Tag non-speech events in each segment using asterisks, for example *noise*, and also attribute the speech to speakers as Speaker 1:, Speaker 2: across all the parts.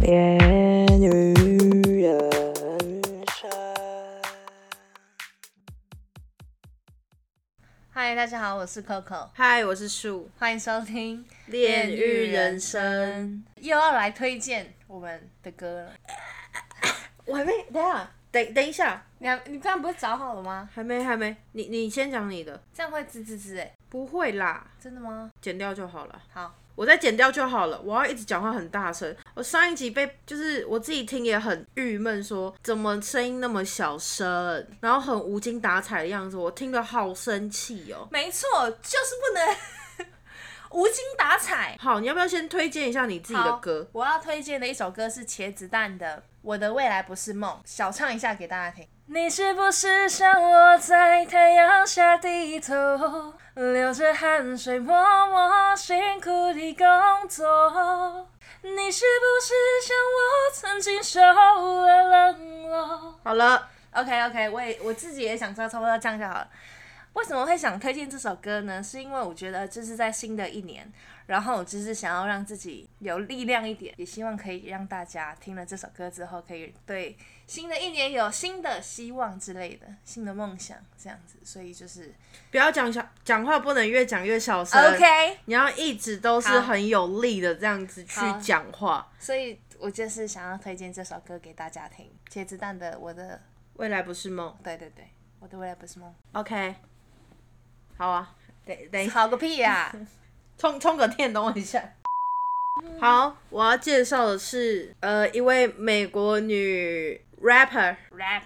Speaker 1: 恋与人生。
Speaker 2: 嗨，大家好，我是 Coco，
Speaker 3: 嗨，我是树，
Speaker 2: 欢迎收听《 *laughs*
Speaker 3: 炼狱人生，》，
Speaker 2: 又要来推荐我们的歌了。
Speaker 3: 我还没等一下，等等一下，
Speaker 2: 你还你刚刚不是找好了吗？
Speaker 3: 还没还没，你你先讲你的，
Speaker 2: 这样会吱吱吱哎，
Speaker 3: 不会啦，
Speaker 2: 真的吗？
Speaker 3: 剪掉就好了，
Speaker 2: 好，
Speaker 3: 我再剪掉就好了，我要一直讲话很大声，我上一集被就是我自己听也很郁闷，说怎么声音那么小声，然后很无精打采的样子，我听得好生气哦。
Speaker 2: 没错，就是不能 *laughs* 无精打采。
Speaker 3: 好，你要不要先推荐一下你自己的
Speaker 2: 好
Speaker 3: 歌？
Speaker 2: 我要推荐的一首歌是茄子蛋的《我的未来不是梦》，小唱一下给大家听。你是不是像我在太阳下低头，流着汗水，默默辛苦地工作？你是不是像我曾经受了冷落？
Speaker 3: 好了，
Speaker 2: OK OK，我也我自己也想知道，差不多这样就好了。为什么会想推荐这首歌呢？是因为我觉得这是在新的一年，然后我就是想要让自己有力量一点，也希望可以让大家听了这首歌之后，可以对新的一年有新的希望之类的，新的梦想这样子。所以就是
Speaker 3: 不要讲小讲话，不能越讲越小声。
Speaker 2: OK，
Speaker 3: 你要一直都是
Speaker 2: 好
Speaker 3: 很有力的这样子去
Speaker 2: 好
Speaker 3: 讲话。
Speaker 2: 所以我就是想要推荐这首歌给大家听，茄子蛋的《我的
Speaker 3: 未来不是梦。
Speaker 2: 对对对，我的未来不是梦》，
Speaker 3: OK，好啊，等等一下，
Speaker 2: 好个屁呀、
Speaker 3: *laughs* 充充个电，等我一下。好，我要介绍的是呃一位美国女 rapper，
Speaker 2: ！rap，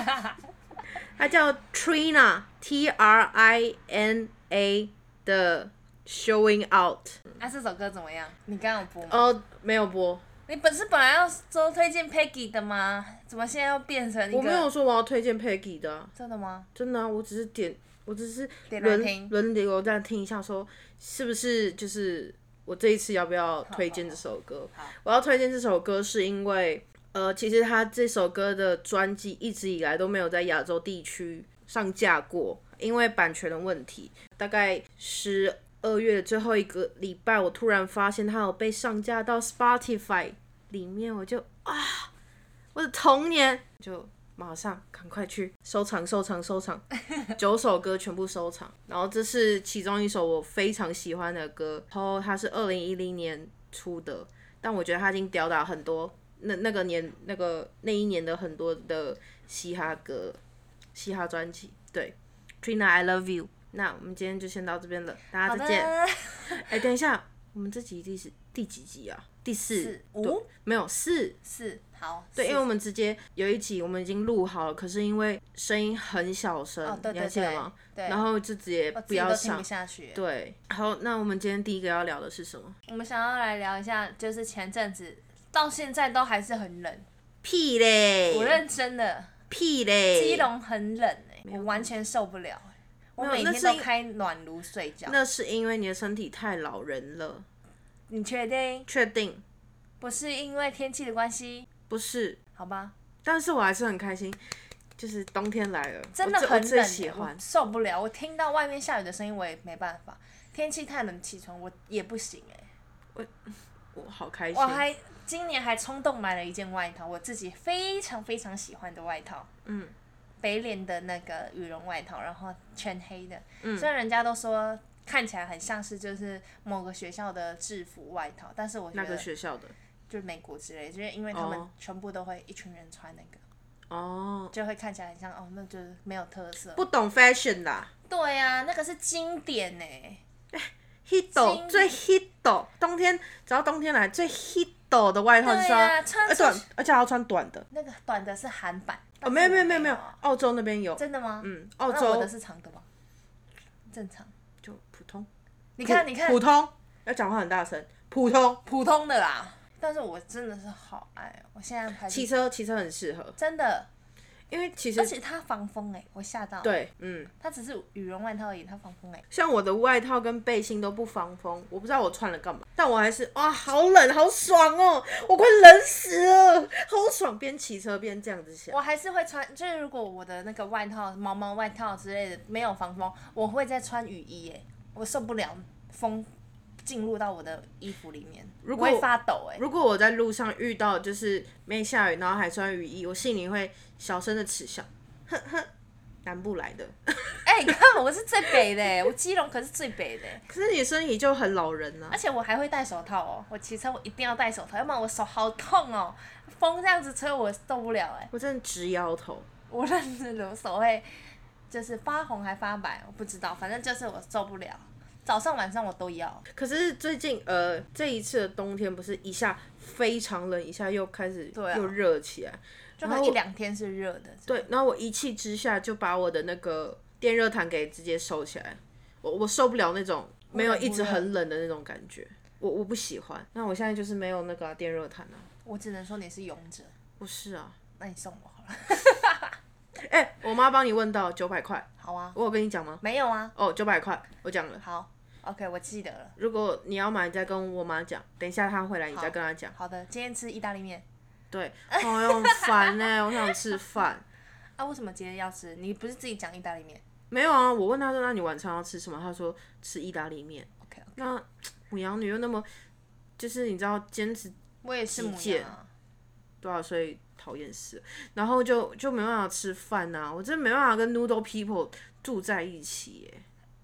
Speaker 2: *laughs*
Speaker 3: 她叫 Trina T R I N A 的 Showing Out。
Speaker 2: 那、这首歌怎么样？你刚刚有播吗？
Speaker 3: 哦，没有播，
Speaker 2: 你本是本来要说推荐 Peggy 的吗？怎么现在又变成一个？
Speaker 3: 我没有说我要推荐 Peggy 的啊、
Speaker 2: 真的吗？
Speaker 3: 真的啊，我只是点，我只是
Speaker 2: 点来
Speaker 3: 轮
Speaker 2: 听
Speaker 3: 轮流这样听一下，说是不是就是我这一次要不要推荐这首歌？我要推荐这首歌是因为，呃，其实他这首歌的专辑一直以来都没有在亚洲地区上架过，因为版权的问题。大概十二月的最后一个礼拜，我突然发现它有被上架到 Spotify 里面，我就啊，我的童年就马上赶快去收藏、收藏、收藏， *laughs* 九首歌全部收藏。然后这是其中一首我非常喜欢的歌，然后它是二零一零年出的，但我觉得它已经吊打很多那那个年那个那一年的很多的嘻哈歌、嘻哈专辑。对，Trina I Love You。那我们今天就先啊到这边了，大
Speaker 2: 好
Speaker 3: 家
Speaker 2: 的
Speaker 3: 再见。哎、等一下，我们这集第是第几集啊？第四，
Speaker 2: 四
Speaker 3: 对
Speaker 2: 五，
Speaker 3: 没有四，
Speaker 2: 四，好，
Speaker 3: 对，
Speaker 2: 四
Speaker 3: 因为我们直接有一集我们已经录好了，可是因为声音很小声，
Speaker 2: 哦，对
Speaker 3: 你还
Speaker 2: 对
Speaker 3: 记
Speaker 2: 对
Speaker 3: 得吗？，
Speaker 2: 对，哦
Speaker 3: 然后就直接
Speaker 2: 我自
Speaker 3: 不
Speaker 2: 己
Speaker 3: 要
Speaker 2: 都听
Speaker 3: 上
Speaker 2: 不。下去。
Speaker 3: 对，好，那我们今天第一个要聊的是什么？
Speaker 2: 我们想要来聊一下，就是前阵子到现在都还是很冷，
Speaker 3: 屁嘞！
Speaker 2: 我认真的，
Speaker 3: 屁嘞！
Speaker 2: 基隆很冷哎、我完全受不了、欸、我
Speaker 3: 有
Speaker 2: 每
Speaker 3: 那
Speaker 2: 天
Speaker 3: 是
Speaker 2: 都
Speaker 3: 因
Speaker 2: 开暖炉睡觉。
Speaker 3: 那是因为你的身体太老人了。
Speaker 2: 你确定
Speaker 3: 确定？
Speaker 2: 不是因为天气的关系？
Speaker 3: 不是，
Speaker 2: 好吧，
Speaker 3: 但是我还是很开心，就是冬天来了，
Speaker 2: 真的
Speaker 3: 我最
Speaker 2: 很
Speaker 3: 我
Speaker 2: 冷、
Speaker 3: 最
Speaker 2: 欸，
Speaker 3: 喜欢
Speaker 2: 我。受不了。我听到外面下雨的声音，我也没办法。天气太冷，起床我也不行哎、
Speaker 3: 我好开心
Speaker 2: 我。还今年还冲动买了一件外套，我自己非常非常喜欢的外套，
Speaker 3: 嗯，
Speaker 2: 北脸的那个羽绒外套，然后全黑的。
Speaker 3: 嗯
Speaker 2: 虽然人家都说看起来很像是就是某个学校的制服外套，但是我觉
Speaker 3: 那个
Speaker 2: 得
Speaker 3: 学校的
Speaker 2: 就是美国之类，就是因为他
Speaker 3: 哦
Speaker 2: 们全部都会一群人穿那个，
Speaker 3: 哦，
Speaker 2: 就会看起来很像哦，那就是没有特色。
Speaker 3: 不懂 fashion 啦。
Speaker 2: 对呀、那个是经典欸呢、
Speaker 3: hit
Speaker 2: 经
Speaker 3: 最 hit 冬天只要冬天来最 hit 的外套就是
Speaker 2: 对
Speaker 3: 要、
Speaker 2: 啊穿
Speaker 3: 呃
Speaker 2: 出
Speaker 3: 短
Speaker 2: 去，
Speaker 3: 而且还要穿短的。
Speaker 2: 那个短的是韩版
Speaker 3: 哦，没有没有没有没有
Speaker 2: 啊，
Speaker 3: 澳洲那边有，
Speaker 2: 真的吗？
Speaker 3: 嗯，澳
Speaker 2: 那我
Speaker 3: 洲
Speaker 2: 的是长的吗？正常。
Speaker 3: 就普通。
Speaker 2: 你
Speaker 3: 你
Speaker 2: 看你看
Speaker 3: 普通，要讲话很大声，普通。
Speaker 2: 普通的啦，但是我真的是好爱哦，我现在还
Speaker 3: 骑
Speaker 2: 是
Speaker 3: 车骑车很适合，
Speaker 2: 真的，
Speaker 3: 因为其
Speaker 2: 而
Speaker 3: 实
Speaker 2: 且它防风哎、我吓到。，
Speaker 3: 对，嗯，
Speaker 2: 它只是羽绒外套而已，它防风哎、
Speaker 3: 像我的外套跟背心都不防风，我不知道我穿了干嘛，但我还是哇，好冷，好爽哦，我快冷死了，好爽，边骑车边这样子想。
Speaker 2: 我还是会穿，就是如果我的那个外套、毛毛外套之类的没有防风，我会再穿雨衣哎、我受不了风进入到我的衣服里面，如
Speaker 3: 果
Speaker 2: 会发抖哎、
Speaker 3: 如果我在路上遇到就是没下雨，然后还穿雨衣，我心里会小声的耻笑，哼哼，南部来的。
Speaker 2: 哎、你看我是最北的、欸，我基隆可是最北的欸、
Speaker 3: 可是你的身体就很老人啊呢、
Speaker 2: 而且我还会戴手套哦，我骑车我一定要戴手套，要不然我手好痛哦，风这样子吹我受不了哎、
Speaker 3: 我真的直摇头。
Speaker 2: 我认真的，我手会就是发红还发白，我不知道，反正就是我受不了，早上晚上我都要。
Speaker 3: 可是最近呃，这一次的冬天不是一下非常冷，一下又开始
Speaker 2: 对啊
Speaker 3: 又热起来。
Speaker 2: 就可能
Speaker 3: 然后
Speaker 2: 一两天是热的，
Speaker 3: 对，然后我一气之下就把我的那个电热毯给直接收起来，我我受不了那种没有一直很冷的那种感觉，我我不喜欢。那我现在就是没有那个啊、电热毯啊，
Speaker 2: 我只能说你是勇者，
Speaker 3: 不是啊。
Speaker 2: 那你送我好了。 *laughs*
Speaker 3: 哎、我妈帮你问到九百块，
Speaker 2: 好啊，
Speaker 3: 我有跟你讲吗？
Speaker 2: 没有啊，
Speaker 3: 哦，九百块，我讲了。
Speaker 2: 好，OK，我记得了。
Speaker 3: 如果你要买，你再跟我妈讲，等一下她回来你再跟她讲。
Speaker 2: 好的，今天吃意大利面 *laughs*
Speaker 3: 对，好哟很烦呢、我想吃饭。
Speaker 2: 啊？为什么今天要吃？你不是自己讲意大利面
Speaker 3: 没有啊，我问她说，那你晚餐要吃什么？她说吃意大利面。
Speaker 2: ？OK，
Speaker 3: 那母羊女又那么，就是你知道坚持
Speaker 2: 我也是母
Speaker 3: 极
Speaker 2: 羊
Speaker 3: 简
Speaker 2: 啊。
Speaker 3: 对啊，所以讨厌死了。然后就就没办法吃饭呐、我真的没办法跟 Noodle People 住在一起耶。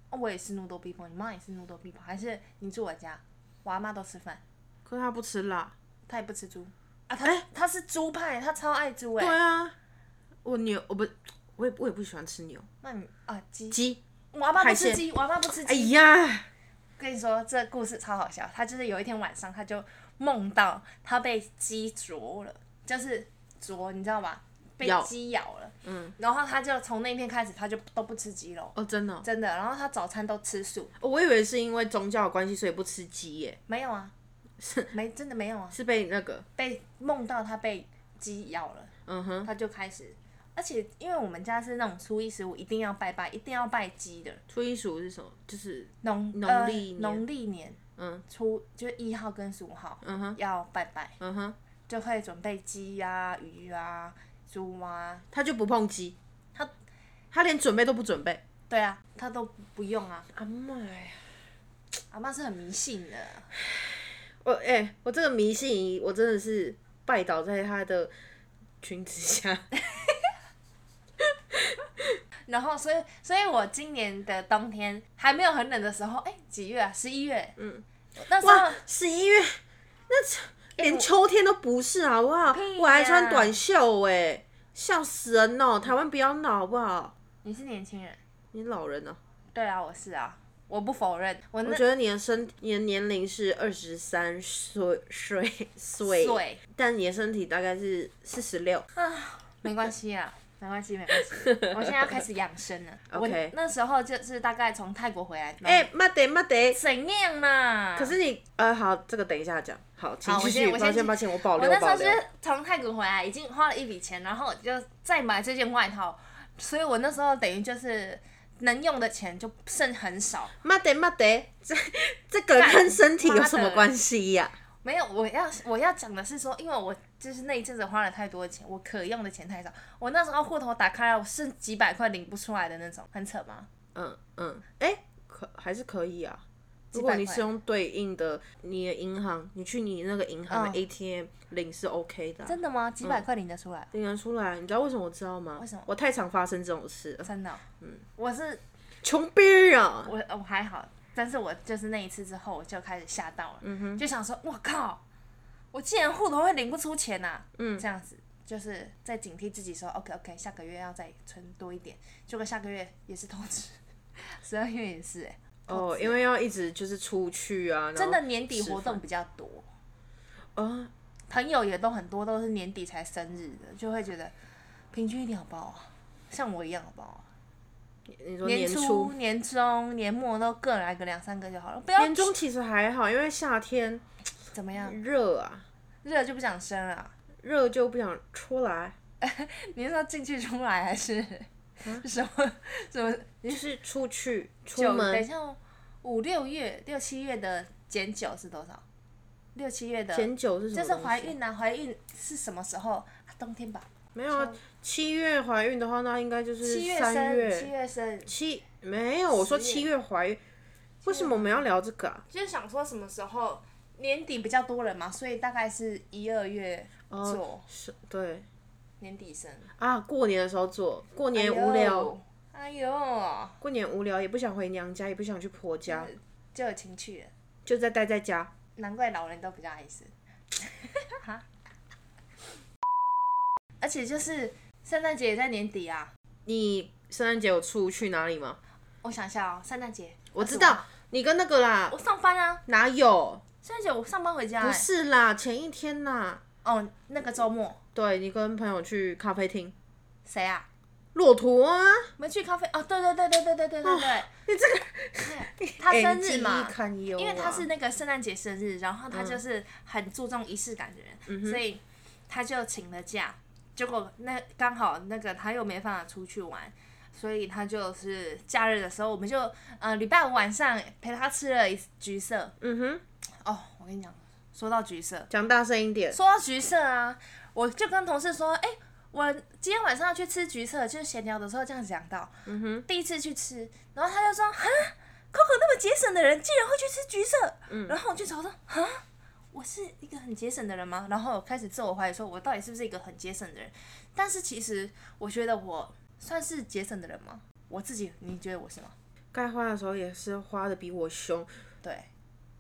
Speaker 2: 哦我也是 noodle people，你妈也是 noodle people，还是你住我家？我阿妈都吃饭，
Speaker 3: 可是她不吃辣。
Speaker 2: 她也不吃猪啊。她、她是猪派，她超爱猪哎、
Speaker 3: 哎对啊，我牛，我不，我也我也不喜欢吃牛
Speaker 2: 那你啊鸡，
Speaker 3: 鸡。
Speaker 2: 我阿妈不
Speaker 3: 海
Speaker 2: 吃
Speaker 3: 鲜
Speaker 2: 鸡，我阿妈不吃
Speaker 3: 哎
Speaker 2: 鸡。
Speaker 3: 呀，
Speaker 2: 跟你说，这故事超好笑。他就是有一天晚上，他就梦到他被鸡啄了，就是啄，你知道吧？被
Speaker 3: 咬
Speaker 2: 鸡咬了。
Speaker 3: 嗯，
Speaker 2: 然后他就从那天开始，他就都不吃鸡肉，
Speaker 3: 哦，真的哦、
Speaker 2: 真的。然后他早餐都吃素，
Speaker 3: 哦我以为是因为宗教的关系，所以不吃鸡耶，
Speaker 2: 没有
Speaker 3: *laughs*
Speaker 2: 啊，没真的没有啊，
Speaker 3: 是被那个，
Speaker 2: 被梦到他被鸡咬了，
Speaker 3: 嗯哼，
Speaker 2: 他就开始。而且因为我们家是那种初一十五一定要拜拜，一定要拜鸡的
Speaker 3: 初一十五是什么？就是，
Speaker 2: 农
Speaker 3: 农
Speaker 2: 呃
Speaker 3: 历年
Speaker 2: 农历年
Speaker 3: 嗯
Speaker 2: 初就是一号跟十五号
Speaker 3: 嗯哼，
Speaker 2: 要拜拜。
Speaker 3: 嗯哼，
Speaker 2: 就会准备鸡呀、鱼啊、猪啊，
Speaker 3: 他就不碰鸡，
Speaker 2: 他
Speaker 3: 他连准备都不准备。
Speaker 2: 对啊，他都不用啊。
Speaker 3: 阿欸妈呀，
Speaker 2: 阿妈是很迷信的，
Speaker 3: 我哎、我这个迷信，我真的是拜倒在他的裙子下。
Speaker 2: 然后所以所以我今年的冬天还没有很冷的时候，哎，几月啊？十一月，嗯，那时
Speaker 3: 哇
Speaker 2: 候，哎
Speaker 3: 十一月，那连秋天都不是好不好？
Speaker 2: 屁呀
Speaker 3: 我还穿短袖哎、笑死人哦！台湾不要闹好不好？
Speaker 2: 你是年轻人，
Speaker 3: 你老人哦呢、
Speaker 2: 对啊，我是啊，我不否认，我
Speaker 3: 我
Speaker 2: 那
Speaker 3: 觉得你的身你的年龄是二十三岁岁岁，
Speaker 2: 岁
Speaker 3: 但你的身体大概是四十六。
Speaker 2: 啊， *sighs* 没关系啊。没关系，没关
Speaker 3: *laughs*
Speaker 2: 系。我现在要开始养生了。我
Speaker 3: OK
Speaker 2: 那时候就是大概从泰国回来。
Speaker 3: 哎，慢点慢点，
Speaker 2: 怎样嘛？
Speaker 3: 可是你呃好，这个等一下讲。好，请
Speaker 2: 好我
Speaker 3: 继
Speaker 2: 先
Speaker 3: 续。
Speaker 2: 我
Speaker 3: 抱
Speaker 2: 先
Speaker 3: 歉
Speaker 2: 去
Speaker 3: 抱歉，我保
Speaker 2: 我
Speaker 3: 留
Speaker 2: 那时
Speaker 3: 保
Speaker 2: 候就
Speaker 3: 留。
Speaker 2: 是从泰国回来，已经花了一笔钱，然后我就再买这件外套，所以我那时候等于就是能用的钱就剩很少。
Speaker 3: 慢点慢点，这这个
Speaker 2: 干
Speaker 3: 跟身体有
Speaker 2: 妈
Speaker 3: 什么
Speaker 2: 的
Speaker 3: 关系呀、
Speaker 2: 没有，我要我要讲的是说，因为我就是那一阵子花了太多钱，我可用的钱太少。我那时候户头打开了，我剩几百块领不出来的那种，很扯吗？
Speaker 3: 嗯，嗯，哎、可还是可以啊。
Speaker 2: 百
Speaker 3: 如果
Speaker 2: 块
Speaker 3: 你是用对应的你的银行，你去你那个银行
Speaker 2: 嗯
Speaker 3: 的 ATM 领是 OK 的啊、
Speaker 2: 真的吗？几百块领得出来？
Speaker 3: 领得出来。你知道为什么我知道吗？
Speaker 2: 为什么
Speaker 3: 我太常发生这种事了，
Speaker 2: 真的哦、
Speaker 3: 嗯
Speaker 2: 我是
Speaker 3: 穷逼儿啊！
Speaker 2: 我我还好，但是我就是那一次之后，我就开始吓到了，
Speaker 3: 嗯
Speaker 2: 就想说，我靠，我竟然户头会领不出钱呐、嗯，这样子就是在警惕自己说，OK OK，下个月要再存多一点，结果下个月也是透支， *laughs* 十二月也是、欸，
Speaker 3: 哦，因为要一直就是出去啊，然后
Speaker 2: 真的年底
Speaker 3: 吃
Speaker 2: 活
Speaker 3: 饭
Speaker 2: 动比较多，
Speaker 3: 啊，
Speaker 2: 朋友也都很多都是年底才生日的，就会觉得平均一点好不好啊？像我一样好不好啊？
Speaker 3: 你你说
Speaker 2: 年
Speaker 3: 年
Speaker 2: 初、年中、年末都各来个两三个就好了，不要
Speaker 3: 年中其实还好，因为夏天
Speaker 2: 怎么样，
Speaker 3: 热啊，
Speaker 2: 热就不想生了啊、
Speaker 3: 热就不想出来，
Speaker 2: 你是要进去出来还是什么什么
Speaker 3: 就是出去啊出
Speaker 2: 九？等一
Speaker 3: 门
Speaker 2: 下哦，五六月、六七月的减九是多少？六七月的
Speaker 3: 减酒是什么
Speaker 2: 就
Speaker 3: 东西？
Speaker 2: 是怀孕啊，怀孕是什么时候？啊、冬天吧，
Speaker 3: 没有啊，七月怀孕的话，那应该就是
Speaker 2: 七月
Speaker 3: 三
Speaker 2: 生，七
Speaker 3: 月
Speaker 2: 月生，
Speaker 3: 七没有，我说
Speaker 2: 十月
Speaker 3: 七月怀孕，为什么我们要聊这个啊？
Speaker 2: 就是想说什么时候年底比较多人嘛，所以大概是一二月做、
Speaker 3: 哦是，对
Speaker 2: 年底生。
Speaker 3: 啊，过年的时候做，过年
Speaker 2: 哎呦
Speaker 3: 无聊，
Speaker 2: 哎呦，
Speaker 3: 过年无聊也不想回娘家，也不想去婆家，
Speaker 2: 就有情趣了，
Speaker 3: 就在待在家。
Speaker 2: 难怪老人都比较爱吃。 *laughs* 而且就是圣诞节也在年底啊，
Speaker 3: 你圣诞节有出去哪里吗？
Speaker 2: 我想一下哦，圣诞节啊
Speaker 3: 我知道你跟那个啦
Speaker 2: 我，上班啊，
Speaker 3: 哪有？
Speaker 2: 圣诞节我上班回家、
Speaker 3: 不
Speaker 2: 欸。
Speaker 3: 是啦，前一天啦，
Speaker 2: 哦，那个周末
Speaker 3: 对你跟朋友去咖啡厅，
Speaker 2: 谁啊？
Speaker 3: 骆驼啊，
Speaker 2: 没去咖啡哦，对对对对对对对对对，
Speaker 3: 你这个
Speaker 2: *laughs* 他生日嘛
Speaker 3: *laughs* 眼疾一，堪忧啊
Speaker 2: 因为他是嗯那个圣诞节生日，然后他就是很注重仪式感的人，所以他就请了假。结果那刚好那个他又没办法出去玩，所以他就是假日的时候，我们就呃礼拜五晚上陪他吃了一橘色。
Speaker 3: 嗯哼，
Speaker 2: 哦，我跟你讲，说到橘色，
Speaker 3: 讲大声一点，
Speaker 2: 说到橘色啊，我就跟同事说，哎、我今天晚上要去吃橘色，就是闲聊的时候这样讲到，嗯哼，第一次去吃，然后他就说，哈，Coco 那么节省的人，竟然会去吃橘色，嗯，然后我就想说，哈，我是一个很节省的人吗？然后我开始自我怀疑，说我到底是不是一个很节省的人？但是其实我觉得我算是节省的人吗？我自己，你觉得我是吗？
Speaker 3: 该花的时候也是花的比我凶，
Speaker 2: 对，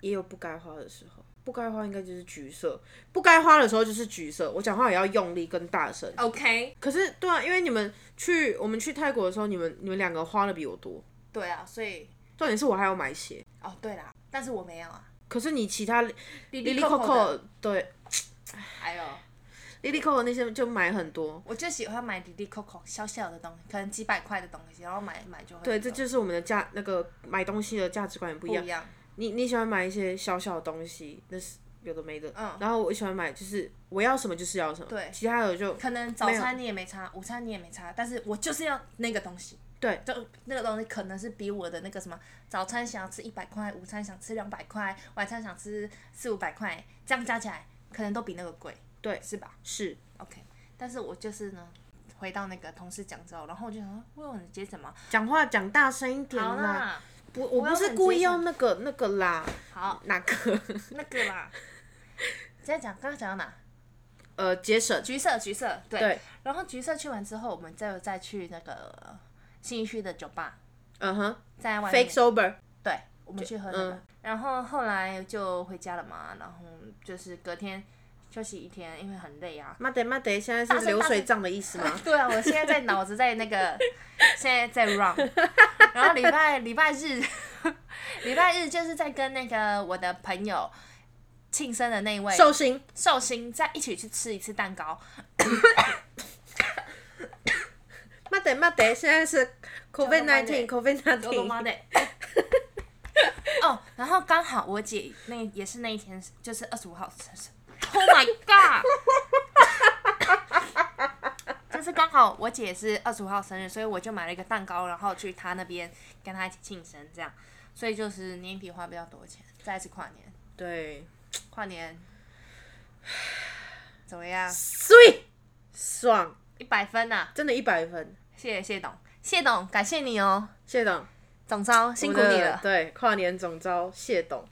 Speaker 3: 也有不该花的时候。不该花应该就是橘色，不该花的时候就是橘色。我讲话也要用力跟大声。
Speaker 2: 哦 OK，
Speaker 3: 可是对啊，因为你们去我们去泰国的时候，你们你们两个花的比我多。
Speaker 2: 对啊，所以
Speaker 3: 重点是我还要买鞋，
Speaker 2: 哦，对啦，但是我没有啊，
Speaker 3: 可是你其他 Lily
Speaker 2: 莉莉
Speaker 3: Coco 对
Speaker 2: 还有。
Speaker 3: Lily Coco 那些就买很多。
Speaker 2: 我就喜欢买滴滴 Coco 小小的东西，可能几百块的东西，然后买买就会
Speaker 3: 对，
Speaker 2: 有
Speaker 3: 这就是我们的价那个买东西的价值观也不一
Speaker 2: 啊不
Speaker 3: 样
Speaker 2: 一。样。
Speaker 3: 你你喜欢买一些小小的东西，那是有的没的。
Speaker 2: 嗯
Speaker 3: 然后我喜欢买就是我要什么就是要什么，
Speaker 2: 对
Speaker 3: 其他的就
Speaker 2: 可能早
Speaker 3: 没有
Speaker 2: 餐你也没差，午餐你也没差，但是我就是要那个东西。
Speaker 3: 对，
Speaker 2: 就那个东西可能是比我的那个什么，早餐想要吃一百块，午餐想吃两百块，晚餐想吃四五百块，这样加起来可能都比那个贵，
Speaker 3: 对
Speaker 2: 是吧
Speaker 3: 是
Speaker 2: ？OK，但是我就是呢，回到那个同事讲之后，然后我就想说，我有很节省
Speaker 3: *laughs*
Speaker 2: 吗？
Speaker 3: 讲话讲大声一点
Speaker 2: 好
Speaker 3: 啦。
Speaker 2: 啦，
Speaker 3: 不，我
Speaker 2: 我
Speaker 3: 不
Speaker 2: 要
Speaker 3: 是
Speaker 2: 很
Speaker 3: 故
Speaker 2: 节
Speaker 3: 意要
Speaker 2: 省
Speaker 3: 那个那个啦，
Speaker 2: 好
Speaker 3: 哪个？ *laughs*
Speaker 2: 那个啦，现在讲刚刚讲到哪？
Speaker 3: 呃，节省。
Speaker 2: 橘色，橘色，对。
Speaker 3: 对，
Speaker 2: 然后橘色去完之后，我们再再去那个新一区的酒吧，
Speaker 3: 嗯哼
Speaker 2: 在外面
Speaker 3: ，fake sober。
Speaker 2: 对，我们去喝那个。
Speaker 3: 嗯
Speaker 2: 然后后来就回家了嘛，然后就是隔天休息一天，因为很累啊。
Speaker 3: 妈得妈得，现在
Speaker 2: 大
Speaker 3: 是
Speaker 2: 声
Speaker 3: 流
Speaker 2: 大
Speaker 3: 水
Speaker 2: 声？
Speaker 3: 账的意思吗
Speaker 2: 对啊，我现在在脑子在那个，
Speaker 3: *laughs*
Speaker 2: 现在在 run，然后礼拜礼拜日， *laughs* 礼拜日就是在跟那个我的朋友庆生的那一位
Speaker 3: 寿星，
Speaker 2: 寿星在一起去吃一次蛋糕，
Speaker 3: 妈得妈得，现在是 COVID nineteen COVID
Speaker 2: 我的妈
Speaker 3: nineteen。
Speaker 2: 的！ *laughs* 哦，然后刚好我姐那也是那一天，就是二十五号生日。Oh my god！就是刚好我姐是二十五号生日，所以我就买了一个蛋糕，然后去她那边跟她一起庆生，这样。所以就是年底花比较多钱，再一次跨年，
Speaker 3: 对，
Speaker 2: 跨年怎么样？
Speaker 3: sweet，爽，
Speaker 2: 一百分呐、啊！
Speaker 3: 真的一百分。
Speaker 2: 谢谢谢董，谢董，感谢你哦，
Speaker 3: 谢董，
Speaker 2: 总招辛
Speaker 3: 我
Speaker 2: 苦你
Speaker 3: 的
Speaker 2: 了。
Speaker 3: 对，跨年总招谢董。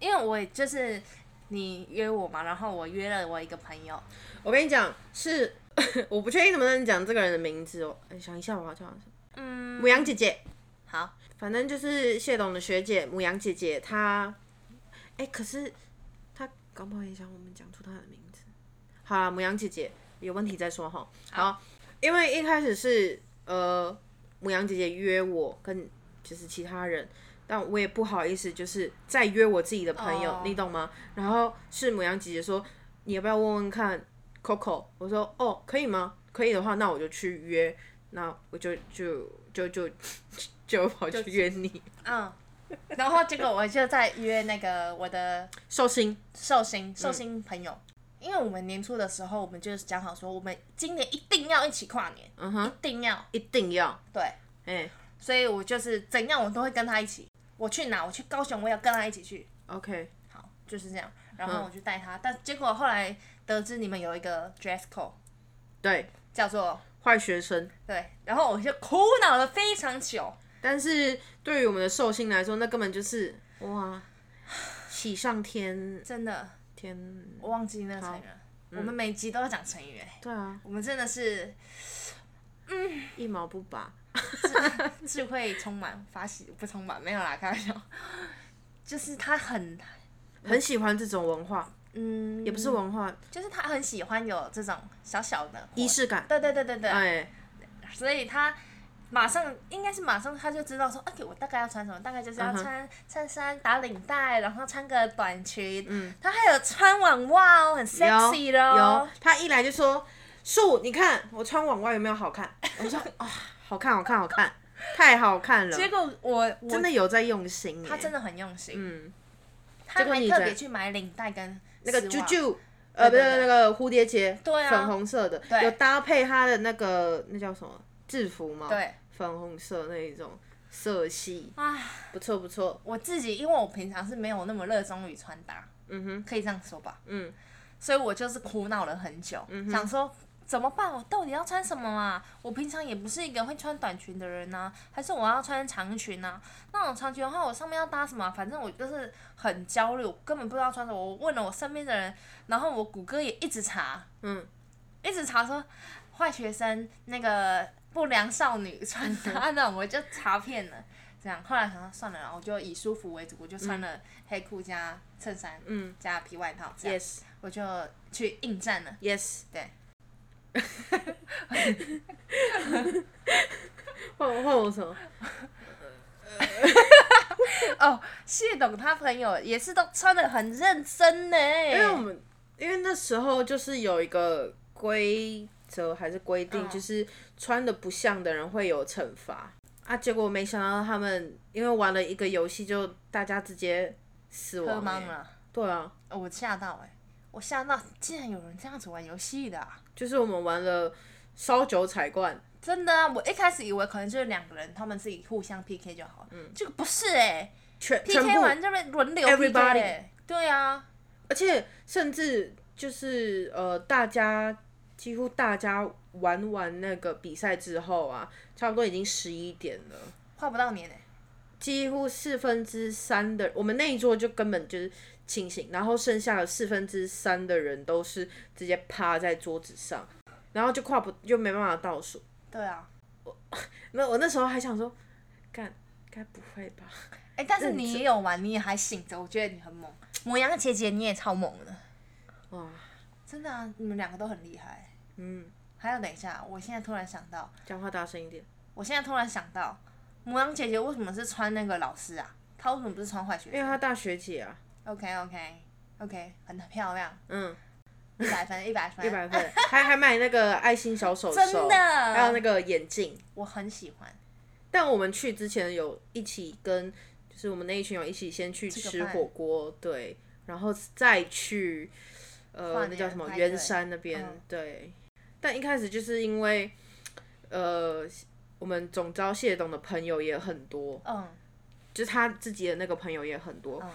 Speaker 2: 因为我就是你约我嘛，然后我约了我一个朋友，
Speaker 3: 我跟你讲，是 *laughs* 我不确定能不能讲这个人的名字哦。哎想一下，我好像
Speaker 2: 嗯，
Speaker 3: 母羊姐姐，
Speaker 2: 好，
Speaker 3: 反正就是谢董的学姐母羊姐姐，她哎、可是她搞不好也想我们讲出她的名字。好啦，母羊姐姐有问题再说哈。好，因为一开始是呃母羊姐姐约我跟就是其他人。但我也不好意思，就是再约我自己的朋友
Speaker 2: 哦
Speaker 3: 你懂吗？然后是母羊姐姐说，你要不要问问看 Coco？我说哦，可以吗？可以的话，那我就去约，那我就就就就就跑去约你。
Speaker 2: 嗯，然后结果我就在约那个我的
Speaker 3: 寿星，
Speaker 2: 寿
Speaker 3: 嗯
Speaker 2: 星寿星朋友，因为我们年初的时候，我们就是讲好说，我们今年一定要一起跨年，
Speaker 3: 嗯哼，
Speaker 2: 一定要
Speaker 3: 一定要，
Speaker 2: 对，
Speaker 3: 哎、
Speaker 2: 所以我就是怎样我都会跟他一起，我去哪我去高雄我也要跟他一起去，
Speaker 3: o k
Speaker 2: 好就是这样，然后我就带
Speaker 3: 嗯
Speaker 2: 他，但结果后来得知你们有一个 dress code
Speaker 3: 对，
Speaker 2: 叫做
Speaker 3: 坏学生，
Speaker 2: 对，然后我就苦恼了非常久。
Speaker 3: 但是对于我们的寿星来说，那根本就是哇，喜上天
Speaker 2: 真的，
Speaker 3: 天，
Speaker 2: 我忘记那个成语了。我们每集都要讲成语、哎，
Speaker 3: 嗯对啊，
Speaker 2: 我们真的是
Speaker 3: 一毛不拔。
Speaker 2: 嗯智慧充满，法喜不充满，没 *laughs* 有啦，开玩笑。就是他很，
Speaker 3: 很喜欢这种文化，
Speaker 2: 嗯，
Speaker 3: 也不是文化
Speaker 2: 就是他很喜欢有这种小小的活
Speaker 3: 仪式感。
Speaker 2: 对对对对对，
Speaker 3: 哎，
Speaker 2: 所以他马上应该是马上他就知道说，OK，我大概要穿什么，大概就是要
Speaker 3: 嗯哼
Speaker 2: 穿衬衫打领带，然后穿个短裙，
Speaker 3: 嗯，
Speaker 2: 他还有穿网袜哦，很
Speaker 3: 有
Speaker 2: sexy 的
Speaker 3: 有
Speaker 2: 哦，，
Speaker 3: 他一来就说：“树，你看我穿网袜有没有好看？”我说：“啊、好看，好看，好看，太好看了
Speaker 2: 结，果我我
Speaker 3: 真的有在用心耶。”
Speaker 2: 他真的很用心，
Speaker 3: 嗯，
Speaker 2: 他
Speaker 3: 结果
Speaker 2: 还
Speaker 3: 你
Speaker 2: 特
Speaker 3: 在
Speaker 2: 别去买领带跟
Speaker 3: 那个
Speaker 2: 丝袜
Speaker 3: 啾啾，呃，不
Speaker 2: 对
Speaker 3: 是
Speaker 2: 对
Speaker 3: 那个蝴蝶结，
Speaker 2: 对啊
Speaker 3: 粉红色的，有搭配他的那个那叫什么制服吗？
Speaker 2: 对，
Speaker 3: 粉红色那一种色系，
Speaker 2: 啊，
Speaker 3: 不错不错，
Speaker 2: 我自己因为我平常是没有那么热衷于穿搭，
Speaker 3: 嗯哼，
Speaker 2: 可以这样说吧，
Speaker 3: 嗯，
Speaker 2: 所以我就是苦恼了很久，想说怎么办？我到底要穿什么啊？我平常也不是一个会穿短裙的人呐、还是我要穿长裙呐、那种长裙的话，我上面要搭什么啊、反正我就是很焦虑，我根本不知道穿什么。我问了我身边的人，然后我谷歌也一直查，
Speaker 3: 嗯，
Speaker 2: 一直查说坏学生那个不良少女穿
Speaker 3: 嗯
Speaker 2: 搭那种，我就查遍了。这样，后来想说算了啦，我就以舒服为主，我就穿了黑裤加衬衫，
Speaker 3: 嗯
Speaker 2: 加皮外套这样
Speaker 3: ，yes
Speaker 2: 我就去应战了。
Speaker 3: yes，
Speaker 2: 对，
Speaker 3: *laughs* 换我换我什么？
Speaker 2: 哦，谢董他朋友也是都穿的很认真呢。
Speaker 3: 因为我们因为那时候就是有一个规则还是规定，
Speaker 2: 嗯
Speaker 3: 就是穿的不像的人会有惩罚啊。结果没想到他们因为玩了一个游戏，就大家直接死
Speaker 2: 喝
Speaker 3: 亡、
Speaker 2: 懵
Speaker 3: 欸。
Speaker 2: 了，
Speaker 3: 对啊，
Speaker 2: 哦我吓到哎、我吓到，竟然有人这样子玩游戏的、啊，
Speaker 3: 就是我们玩了烧酒彩罐，
Speaker 2: 真的啊！我一开始以为可能就是两个人，他们自己互相 PK 就好了，嗯，这个不是哎、
Speaker 3: 全全
Speaker 2: p k 完
Speaker 3: 部，
Speaker 2: 这边轮流 PK，、
Speaker 3: everybody
Speaker 2: 欸、对啊，
Speaker 3: 而且甚至就是呃，大家几乎大家玩完那个比赛之后啊，差不多已经十一点了。
Speaker 2: 画不到年哎、
Speaker 3: 几乎四分之三的我们那一桌就根本就是清醒，然后剩下的四分之三的人都是直接趴在桌子上，然后就跨不就没办法倒数。
Speaker 2: 对啊，
Speaker 3: 那我那时候还想说，干该不会吧？
Speaker 2: 哎、但是你也有玩，你也还醒着，我觉得你很猛。母羊姐姐你也超猛的，
Speaker 3: 哇，
Speaker 2: 真的啊，你们两个都很厉害。
Speaker 3: 嗯，
Speaker 2: 还有，等一下，我现在突然想到，
Speaker 3: 讲话大声一点，
Speaker 2: 我现在突然想到，母羊姐姐为什么是穿那个老师啊？她为什么不是穿坏学
Speaker 3: 因为她
Speaker 2: 生
Speaker 3: 大学姐啊，
Speaker 2: ？OK OK OK，很漂亮，
Speaker 3: 嗯，
Speaker 2: 一百分，一百分，
Speaker 3: 一百分，还还买那个爱心小手手，
Speaker 2: 真的
Speaker 3: 还有那个眼镜。
Speaker 2: 我很喜欢。
Speaker 3: 但我们去之前有一起跟，就是我们那一群有一起先去
Speaker 2: 吃个
Speaker 3: 吃
Speaker 2: 饭
Speaker 3: 火锅，对，然后再去
Speaker 2: 跨
Speaker 3: 呃
Speaker 2: 年
Speaker 3: 那叫什么
Speaker 2: 派对
Speaker 3: 圆山那边
Speaker 2: 嗯，
Speaker 3: 对。但一开始就是因为呃我们总招谢董的朋友也很多，
Speaker 2: 嗯，
Speaker 3: 就是他自己的那个朋友也很多。
Speaker 2: 嗯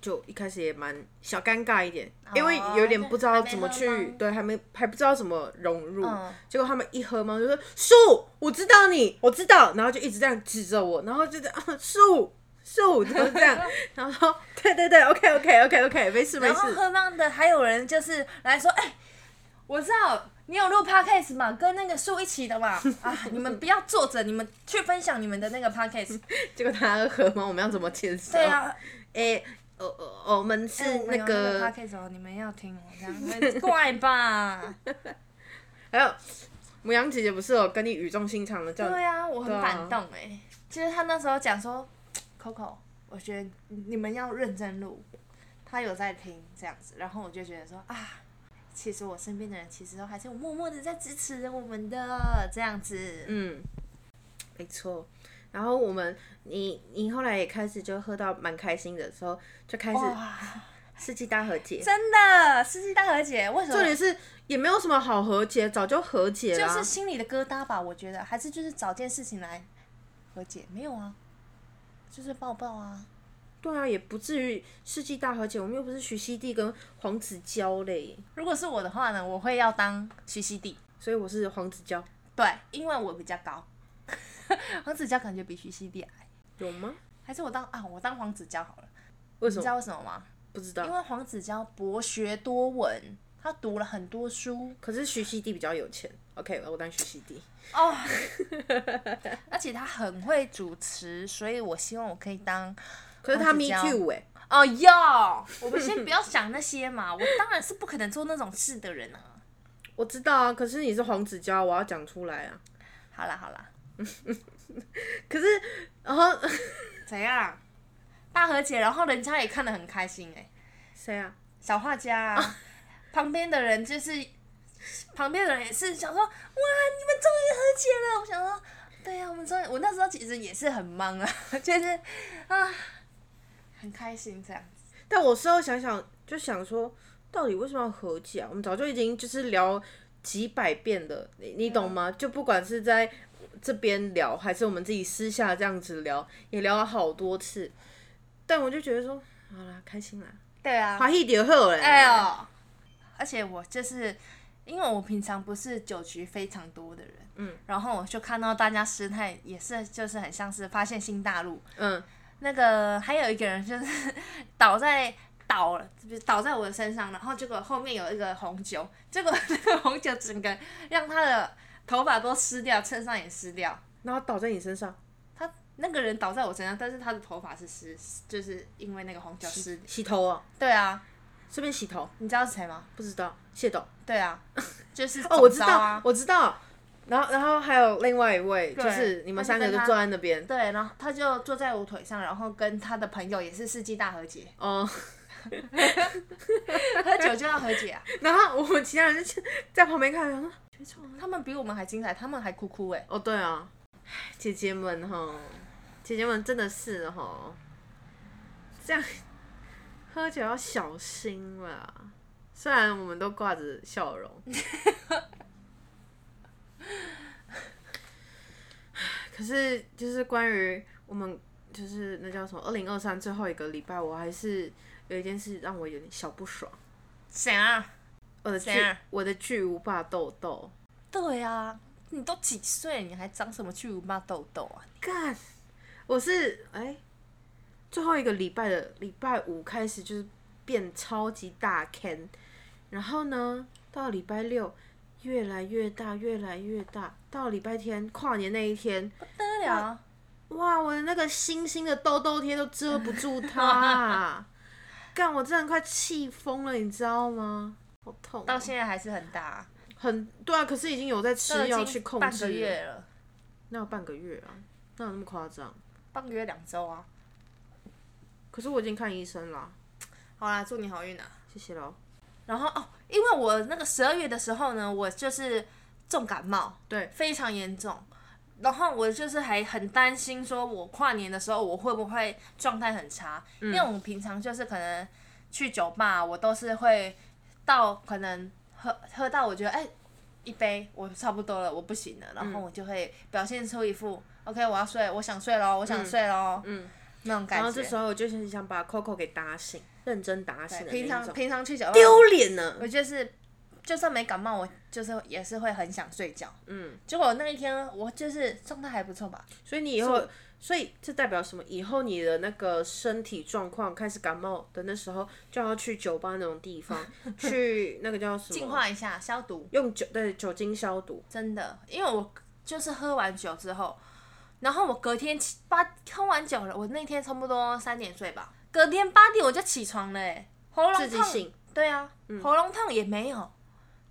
Speaker 3: 就一开始也蛮小尴尬一点，
Speaker 2: 哦
Speaker 3: 因为有点不知道
Speaker 2: 还没
Speaker 3: 怎么
Speaker 2: 喝
Speaker 3: 去，
Speaker 2: 吗
Speaker 3: 对，还没还不知道怎么融入，
Speaker 2: 嗯
Speaker 3: 结果他们一喝嘛，就说树，我知道你，我知道，然后就一直这样指着我，然后就这样啊树树，就是
Speaker 2: *laughs*
Speaker 3: 这样，然后说对对对，OK OK OK OK，没事没
Speaker 2: 然后
Speaker 3: 事，
Speaker 2: 喝棒的还有人就是来说，哎、我知道你有录 podcast 嘛，跟那个树一起的
Speaker 3: *laughs*
Speaker 2: 嘛，啊，你们不要坐着，你们去分享你们的那个
Speaker 3: *laughs*
Speaker 2: podcast。
Speaker 3: 结果他喝嘛，我们要怎么介绍？
Speaker 2: 对，啊，
Speaker 3: 哎、呃呃，我们是
Speaker 2: 哎我们
Speaker 3: 那
Speaker 2: 有
Speaker 3: 个，
Speaker 2: 那 podcast 哦，你们要听哦，这样很怪吧？
Speaker 3: 还有母羊姐姐不是有跟你语重心长的叫你
Speaker 2: 对啊，我
Speaker 3: 对
Speaker 2: 很
Speaker 3: 啊
Speaker 2: 感动哎、其实他那时候讲说，Coco，我觉得你们要认真录，他有在听这样子，然后我就觉得说啊，其实我身边的人其实都还是有默默的在支持我们的这样子。
Speaker 3: 嗯，没错。然后我们，你你后来也开始就喝到蛮开心的时候，就开始
Speaker 2: 哇，
Speaker 3: 世纪大和解。
Speaker 2: 真的，世纪大和解为什
Speaker 3: 重点
Speaker 2: 么？
Speaker 3: 是啊也没有什么好和解，早就和解
Speaker 2: 就
Speaker 3: 啦。
Speaker 2: 是心里的疙瘩吧，我觉得还是就是找件事情来和解，没有啊，就是抱抱啊。
Speaker 3: 对啊，也不至于世纪大和解。我们又不是徐熙娣跟黄子佼嘞，
Speaker 2: 如果是我的话呢，我会要当屈西地，
Speaker 3: 所以我是黄子佼。
Speaker 2: 对，因为我比较高。黄子佼感觉比徐熙娣矮，
Speaker 3: 有吗？
Speaker 2: 还是我当啊我当黄子佼好了，
Speaker 3: 为
Speaker 2: 你
Speaker 3: 什
Speaker 2: 知道
Speaker 3: 么？
Speaker 2: 为什么吗？
Speaker 3: 不知道
Speaker 2: 因。为黄子佼博学多闻，他读了很多书
Speaker 3: 可是徐熙娣比较有钱，OK，我当徐熙娣。
Speaker 2: 哦，而且他很会主持，所以我希望我可以当
Speaker 3: 可是他
Speaker 2: 黄子
Speaker 3: Me
Speaker 2: 佼
Speaker 3: Too 哎、
Speaker 2: 哦哟，我们先不要想那些嘛，我当然是不可能做那种事的人啊。
Speaker 3: 我知道啊，可是你是黄子佼，我要讲出来啊。
Speaker 2: 好啦好啦，
Speaker 3: 可是，然后 *laughs*
Speaker 2: 怎样？大和解，然后人家也看得很开心哎、
Speaker 3: 谁啊？
Speaker 2: 小画家啊，旁边的人就是，旁边的人也是想说，哇，你们终于和解了。我想说，对啊呀、我们终于，我那时候其实也是很忙啊， *laughs* 就是啊，很开心这样子。
Speaker 3: 但我事后想想，就想说，到底为什么要和解啊？我们早就已经就是聊几百遍了，你你
Speaker 2: 嗯
Speaker 3: 懂吗？就不管是在这边聊，还是我们自己私下这样子聊，也聊了好多次。但我就觉得说，好啦，开心啦，
Speaker 2: 对啊，
Speaker 3: 欢喜就好了。
Speaker 2: 哎，呦，而且我就是因为我平常不是酒局非常多的人，嗯，然后我就看到大家失态，也是就是很像是发现新大陆。
Speaker 3: 嗯，
Speaker 2: 那个还有一个人就是 *laughs* 倒在倒了，就是倒在我的身上，然后结果后面有一个红酒，结果那个红酒整个让他的头发都湿掉，衬衫也湿掉。
Speaker 3: 然后倒在你身上，
Speaker 2: 他那个人倒在我身上，但是他的头发是湿，就是因为那个红酒湿。
Speaker 3: 洗头哦，
Speaker 2: 对啊，
Speaker 3: 顺便洗头，
Speaker 2: 你知道是谁吗？
Speaker 3: 不知道谢董。
Speaker 2: 对啊，就是
Speaker 3: 哦，我
Speaker 2: 总
Speaker 3: 知
Speaker 2: 招
Speaker 3: 道
Speaker 2: 啊，。
Speaker 3: 我知道。然后，然后还有另外一位，
Speaker 2: 对
Speaker 3: 就是你们三个
Speaker 2: 他
Speaker 3: 就
Speaker 2: 就跟他
Speaker 3: 坐在那边。
Speaker 2: 对，然后他就坐在我腿上，然后跟他的朋友也是世纪大和解，
Speaker 3: 哦，
Speaker 2: 喝酒就要和解啊！ *laughs*
Speaker 3: *laughs* 然后我们其他人就在旁边看，然后说
Speaker 2: 他们比我们还精彩，他们还哭哭哎、
Speaker 3: 哦，对啊，姐姐们哈，姐姐们真的是哈，这样 *laughs* 喝酒要小心啦。虽然我们都挂着笑容， *laughs* 可是就是关于我们就是那叫什么二零二三最后一个礼拜，我还是有一件事让我有点小不爽。
Speaker 2: 谁啊？
Speaker 3: 我的剧
Speaker 2: 怎样，
Speaker 3: 我的巨无霸豆豆，
Speaker 2: 对啊，你都几岁，你还长什么巨无霸痘痘啊？
Speaker 3: 干，我是哎、最后一个礼拜的礼拜五开始就是变超级大坑，然后呢，到礼拜六越来越大，越来越大，到礼拜天跨年那一天，
Speaker 2: 不得了！
Speaker 3: 哇，我的那个星星的痘痘贴都遮不住
Speaker 2: *laughs*
Speaker 3: 它、啊，干，我真的快气疯了，你知道吗？好痛哦、
Speaker 2: 到现在还是很大啊，
Speaker 3: 很对啊，可是已经有在
Speaker 2: 都
Speaker 3: 吃
Speaker 2: 已
Speaker 3: 药
Speaker 2: 经
Speaker 3: 去控
Speaker 2: 半
Speaker 3: 制
Speaker 2: 个月
Speaker 3: 了，
Speaker 2: 了，
Speaker 3: 那有半个月啊，那有那么夸张？
Speaker 2: 半个月两周啊。
Speaker 3: 可是我已经看医生了，
Speaker 2: 好啦，祝你好运啊！
Speaker 3: 谢谢喽。
Speaker 2: 然后哦，因为我那个十二月的时候呢，我就是重感冒，
Speaker 3: 对
Speaker 2: 非常严重。然后我就是还很担心，说我跨年的时候我会不会状态很差，
Speaker 3: 嗯
Speaker 2: 因为我平常就是可能去酒吧，我都是会到可能喝喝到我觉得哎、一杯我差不多了，我不行了，
Speaker 3: 嗯
Speaker 2: 然后我就会表现出一副、OK 我要睡，我想睡喽，我想睡喽、
Speaker 3: 嗯，
Speaker 2: 那种感
Speaker 3: 然
Speaker 2: 觉。
Speaker 3: 后这时候我就很想把 Coco 给打醒，认真打醒的
Speaker 2: 平
Speaker 3: 那
Speaker 2: 常呃
Speaker 3: 种，
Speaker 2: 平常去酒吧
Speaker 3: 丢脸呢
Speaker 2: 我。就是就算没感冒，我就是也是会很想睡觉。
Speaker 3: 嗯，
Speaker 2: 结果那一天我就是状态还不错吧，
Speaker 3: 所以你以后，所以这代表什么？以后你的那个身体状况开始感冒的那时候，就要去酒吧那种地方，
Speaker 2: *laughs*
Speaker 3: 去那个叫什么？
Speaker 2: 净化一下消毒，
Speaker 3: 用酒对酒精消毒。
Speaker 2: 真的，因为我就是喝完酒之后，然后我隔天起八喝完酒了，我那天差不多三点睡吧，隔天八点我就起床了、欸，喉咙
Speaker 3: 自己
Speaker 2: 痛
Speaker 3: 醒，
Speaker 2: 对啊，喉咙痛也没有，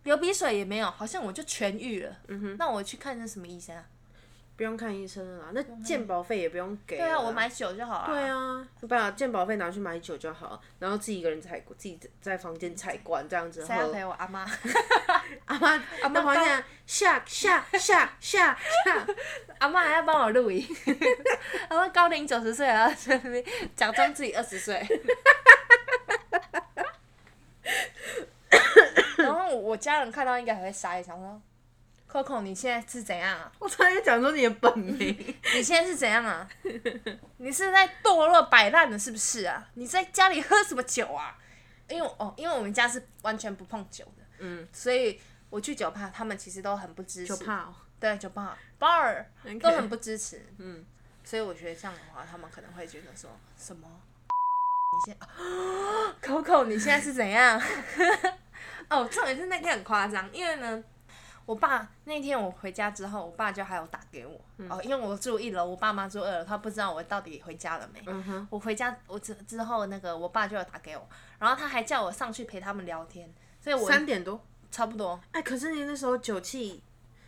Speaker 2: 流鼻水也没有，好像我就痊愈了。嗯哼，那我去看是什么医生啊？
Speaker 3: 不用看医生了啦，那健保费也不用给。
Speaker 2: 对啊，我买。酒就好了。
Speaker 3: 对啊，你把健保费拿去买酒就好，然后自己一个人采，自己在房间采罐这样子
Speaker 2: 嗯
Speaker 3: 喝。
Speaker 2: 谁要陪我阿妈？
Speaker 3: 阿
Speaker 2: 啊
Speaker 3: 妈阿啊妈好像下下下下下，
Speaker 2: 阿妈还要帮我录影， *laughs* 阿妈高龄九十岁了，在那边假装自己二十 *laughs* 岁。然后我家人看到应该还会傻眼，想说：“Coco，你现在是怎样啊？
Speaker 3: *laughs* 我差点讲出你的
Speaker 2: *laughs*
Speaker 3: 本名。
Speaker 2: 你现在是怎样啊？你是在堕落摆烂了是不是啊？你在家里喝什么酒啊？因为哦，因为我们家是完全不碰酒的，
Speaker 3: 嗯，
Speaker 2: 所以我去酒吧，他们其实都很不支持。
Speaker 3: 就怕哦，
Speaker 2: 对酒吧 bar 都很不支持，
Speaker 3: 嗯，
Speaker 2: 所以我觉得这样的话，他们可能会觉得说什么，你现 *gasps* 啊 Coco 你现在是怎样？ *laughs* 哦，重点是那天很夸张，因为呢，我爸那天我回家之后，我爸就还有打给我，
Speaker 3: 嗯
Speaker 2: 哦，因为我住一楼，我爸妈住二楼，他不知道我到底回家了没。
Speaker 3: 嗯哼，
Speaker 2: 我回家我之之后，那个我爸就有打给我，然后他还叫我上去陪他们聊天，所以我
Speaker 3: 三点多。
Speaker 2: 差不多，
Speaker 3: 哎，可是你那时候酒气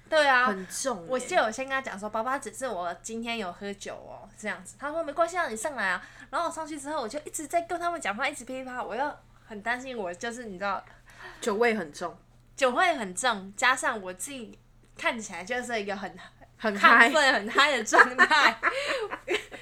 Speaker 2: 对啊，
Speaker 3: 很重耶、
Speaker 2: 我就有先跟他讲说，爸爸只是我今天有喝酒哦，这样子。他说没关系，让你上来啊。然后我上去之后，我就一直在跟他们讲话，一直噼里啪啦，我又很担心，我就是你知道，
Speaker 3: 酒味很重，
Speaker 2: 酒会很重，加上我自己看起来就是一个很
Speaker 3: 很
Speaker 2: 亢
Speaker 3: 嗨。
Speaker 2: 奋、很嗨的状态， *laughs*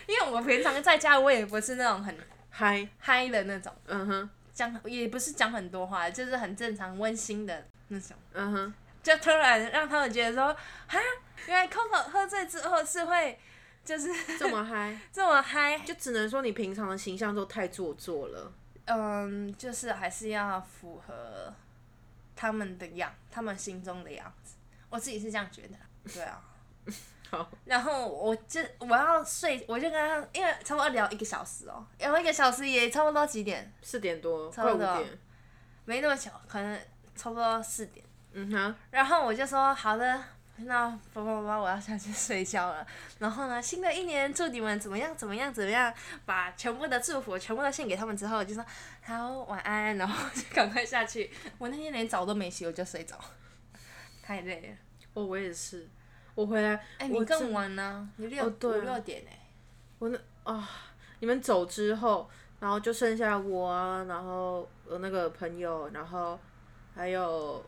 Speaker 2: 因为我平常在家我也不是那种很
Speaker 3: 嗨，
Speaker 2: 嗨的那种，
Speaker 3: 嗯哼，
Speaker 2: 讲也不是讲很多话，就是很正常温馨的那种。
Speaker 3: 嗯哼，
Speaker 2: 就突然让他们觉得说，啊，原来 Coco 喝醉之后是会，就是
Speaker 3: 这么嗨，
Speaker 2: 这么嗨，
Speaker 3: 就只能说你平常的形象都太做作了。
Speaker 2: 嗯，就是还是要符合他们的样，他们心中的样子。我自己是这样觉得啦，对啊。
Speaker 3: 好。
Speaker 2: 然后我就我要睡，我就跟他，因为差不多聊一个小时哦、聊一个小时也差不多几点，
Speaker 3: 四点多，
Speaker 2: 差
Speaker 3: 快
Speaker 2: 不
Speaker 3: 五
Speaker 2: 多
Speaker 3: 点。
Speaker 2: 没那么久，可能差不多四点。
Speaker 3: 嗯哼，
Speaker 2: 然后我就说好的，那叭叭叭，我要下去睡觉了。然后呢，新的一年祝你们怎么样怎么样怎么样，把全部的祝福全部都献给他们之后，就说好晚安，然后就赶快下去。我那天连澡都没洗，我就睡着，太累了。
Speaker 3: 哦我我也是，我回来，
Speaker 2: 哎、你
Speaker 3: 我真
Speaker 2: 更晚呢、你六、
Speaker 3: 哦对啊
Speaker 2: 五六点呢、
Speaker 3: 我那啊，你们走之后，然后就剩下我啊，然后我那个朋友，然后还有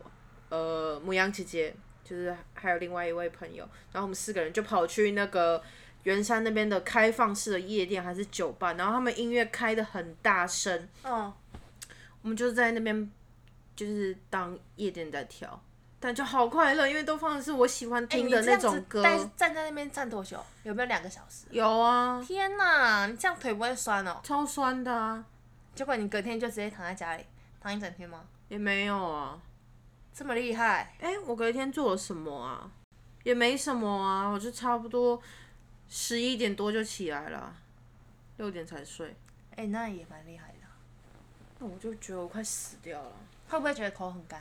Speaker 3: 呃母羊姐姐，就是还有另外一位朋友，然后我们四个人就跑去那个圆山那边的开放式的夜店还是酒吧，然后他们音乐开的很大声，
Speaker 2: 哦，
Speaker 3: 我们就在那边就是当夜店在跳。但就好快乐，因为都放的是我喜欢
Speaker 2: 哎、
Speaker 3: 听
Speaker 2: 你
Speaker 3: 的
Speaker 2: 这
Speaker 3: 那
Speaker 2: 样子
Speaker 3: 种歌。
Speaker 2: 待站在那边站多久？有没有两个小时？
Speaker 3: 有啊，
Speaker 2: 天哪，你这样腿不会酸哦？
Speaker 3: 超酸的啊，
Speaker 2: 结果你隔天就直接躺在家里躺一整天吗？
Speaker 3: 也没有啊。
Speaker 2: 这么厉害？
Speaker 3: 哎、我隔天做了什么啊？也没什么啊，我就差不多十一点多就起来了，六点才睡。
Speaker 2: 哎、那也蛮厉害的。
Speaker 3: 那我就觉得我快死掉了。
Speaker 2: 会不会觉得口很干？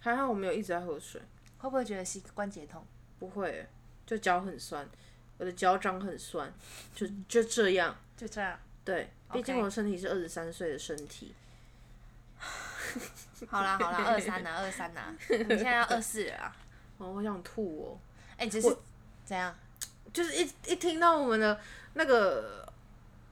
Speaker 3: 还好我没有一直在喝水，
Speaker 2: 会不会觉得膝关节痛？
Speaker 3: 不会、就脚很酸，我的脚掌很酸，就就这样。
Speaker 2: 就这样。
Speaker 3: 对，毕竟
Speaker 2: OK
Speaker 3: 我的身体是二十三岁的身体。
Speaker 2: *laughs* 好啦好啦，二三呐二三呐，你现在要二四了啊！
Speaker 3: 哦，我想吐哦。
Speaker 2: 哎、只是怎样？
Speaker 3: 就是一一听到我们的那个，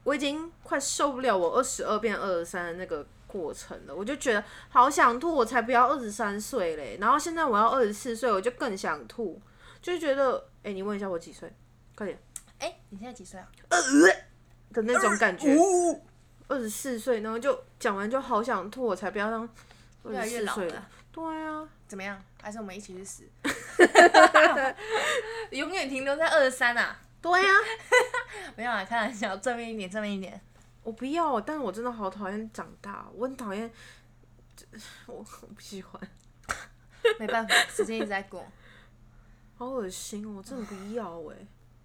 Speaker 3: 我已经快受不了我二十二变二十三的那个过程了，我就觉得好想吐，我才不要二十三岁嘞，然后现在我要二十四岁，我就更想吐，就觉得，哎、你问一下我几岁，快点
Speaker 2: 哎、你现在几岁啊？
Speaker 3: 的那种感觉，二十四岁，然后就讲完就好想吐，我才不要让
Speaker 2: 越
Speaker 3: 二
Speaker 2: 来
Speaker 3: 十
Speaker 2: 越
Speaker 3: 四
Speaker 2: 老
Speaker 3: 岁
Speaker 2: 了，
Speaker 3: 对啊，
Speaker 2: 怎么样？还是我们一起去死？ *laughs* 永远停留在二十三啊！
Speaker 3: 对啊，
Speaker 2: 没有啊，开玩笑，正面一点，正面一点。
Speaker 3: 我不要，但我真的好讨厌长大，我很讨厌， *laughs* 我我不喜欢。
Speaker 2: 没办法，时间一直在过。
Speaker 3: 好恶心哦！我真的不要哎、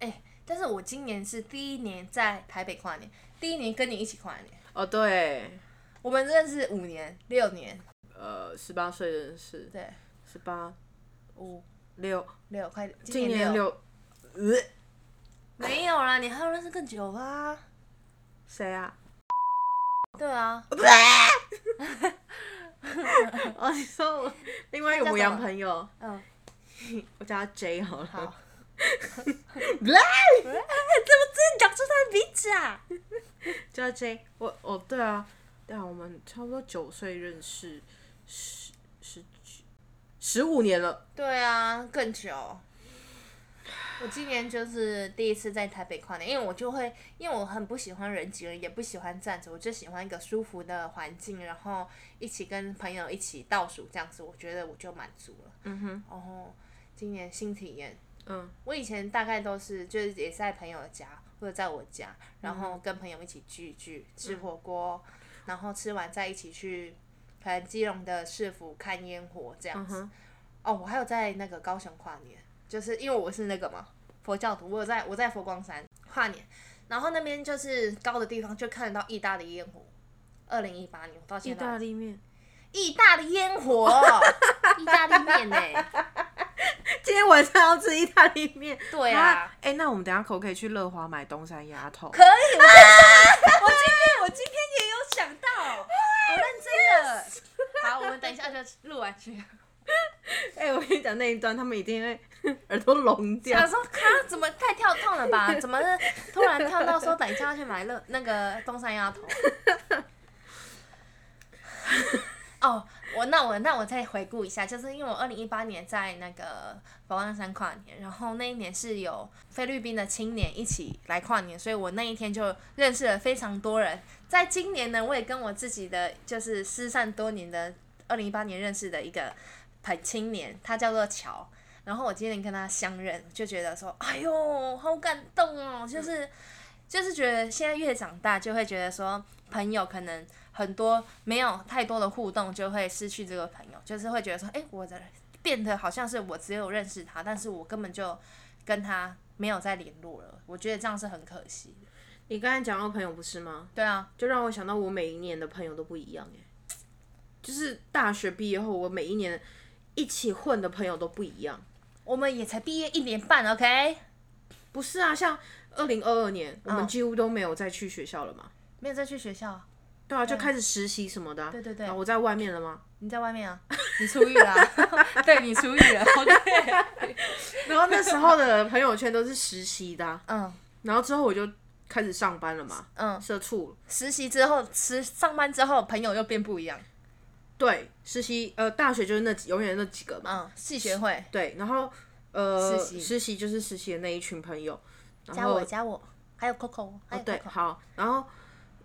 Speaker 2: 哎、但是我今年是第一年在台北跨年，第一年跟你一起跨年，
Speaker 3: 哦，对，
Speaker 2: 我们认识五年、六年，
Speaker 3: 呃，十八岁认识，
Speaker 2: 对，
Speaker 3: 十八
Speaker 2: 五
Speaker 3: 六，
Speaker 2: 六，快点，
Speaker 3: 今
Speaker 2: 年
Speaker 3: 年六，呃，
Speaker 2: 没有啦，你还有认识更久啦、*laughs*
Speaker 3: 谁啊？ *laughs*
Speaker 2: 对啊，
Speaker 3: 哦，你
Speaker 2: *laughs*
Speaker 3: 说我另外一个母羊朋友，
Speaker 2: 嗯，
Speaker 3: 我叫他 J 好了。
Speaker 2: 好，
Speaker 3: 好
Speaker 2: *laughs* 怎么真讲出他的名字啊？
Speaker 3: 叫他 J，我哦对啊，对啊，我们差不多九岁认识，十十九十五年了。
Speaker 2: 对啊，更久。我今年就是第一次在台北跨年，因为我就会，因为我很不喜欢人挤人，也不喜欢站着，我就喜欢一个舒服的环境，然后一起跟朋友一起倒数这样子，我觉得我就满足了。
Speaker 3: 嗯哼，
Speaker 2: 然后今年新体验，
Speaker 3: 嗯
Speaker 2: 我以前大概都是就是也是在朋友家或者在我家，然
Speaker 3: 嗯
Speaker 2: 后跟朋友一起聚一聚，吃火锅，然后吃完再一起去可能基隆的市府看烟火这样
Speaker 3: 嗯
Speaker 2: 子。
Speaker 3: 哼，
Speaker 2: 哦，我还有在那个高雄跨年，就是因为我是那个嘛佛教徒，我有在我在佛光山跨年，然后那边就是高的地方就看得到意大利烟火。二零一八年我到
Speaker 3: 意
Speaker 2: 现
Speaker 3: 大
Speaker 2: 在，
Speaker 3: 利面。
Speaker 2: 意大利烟火， *laughs* 意大利面呢、
Speaker 3: 今天晚上要吃意大利面。
Speaker 2: 对啊，
Speaker 3: 哎、那我们等一下可不可以去乐华买东山鸭头？
Speaker 2: 可以，我今天 *laughs* 我今天我今天也有想到，我认 *laughs* 真的。好，我们等一下就录完去。
Speaker 3: 哎、我跟你讲那一段，他们一定会 *laughs* 耳朵聋掉
Speaker 2: 想。说他怎么太跳痛了吧？怎么突然跳到说等一下要去买乐那个东山鸭头？ *laughs* 哦，我那我那我再回顾一下，就是因为我二零一八年在那个佛光山跨年，然后那一年是有菲律宾的青年一起来跨年，所以我那一天就认识了非常多人。在今年呢，我也跟我自己的就是失散多年的二零一八年认识的一个很青年，他叫做乔，然后我今天跟他相认，就觉得说，哎呦，好感动哦，就是、就是觉得现在越长大，就会觉得说，朋友可能很多没有太多的互动，就会失去这个朋友，就是会觉得说，哎，我的变得好像是我只有认识他，但是我根本就跟他没有再联络了，我觉得这样是很可惜的。
Speaker 3: 你刚才讲到朋友不是吗？
Speaker 2: 对啊，
Speaker 3: 就让我想到我每一年的朋友都不一样哎、就是大学毕业后，我每一年一起混的朋友都不一样。
Speaker 2: 我们也才毕业一年半，OK，
Speaker 3: 不是啊，像二零二二年，我
Speaker 2: 嗯
Speaker 3: 们几乎都没有再去学校了嘛。
Speaker 2: 没有再去学校，
Speaker 3: 对啊，就开始实习什么的啊、
Speaker 2: 对对对
Speaker 3: 啊我在外面了吗？
Speaker 2: 你在外面 *laughs* 啊，你出狱了啊、对你出狱了，OK，
Speaker 3: 然后那时候的朋友圈都是实习的啊、
Speaker 2: 嗯
Speaker 3: 然后之后我就开始上班了嘛，
Speaker 2: 嗯。
Speaker 3: 社畜。
Speaker 2: 实习之后，实上班之后，朋友又变不一样。
Speaker 3: 对，实习呃，大学就是那几永远那几个嘛。
Speaker 2: 嗯，系学会
Speaker 3: 对，然后呃，
Speaker 2: 实习
Speaker 3: 实习就是实习的那一群朋友。然
Speaker 2: 加
Speaker 3: 后
Speaker 2: 我加我，还有 Coco，还有 Coco，、
Speaker 3: 对，好，然后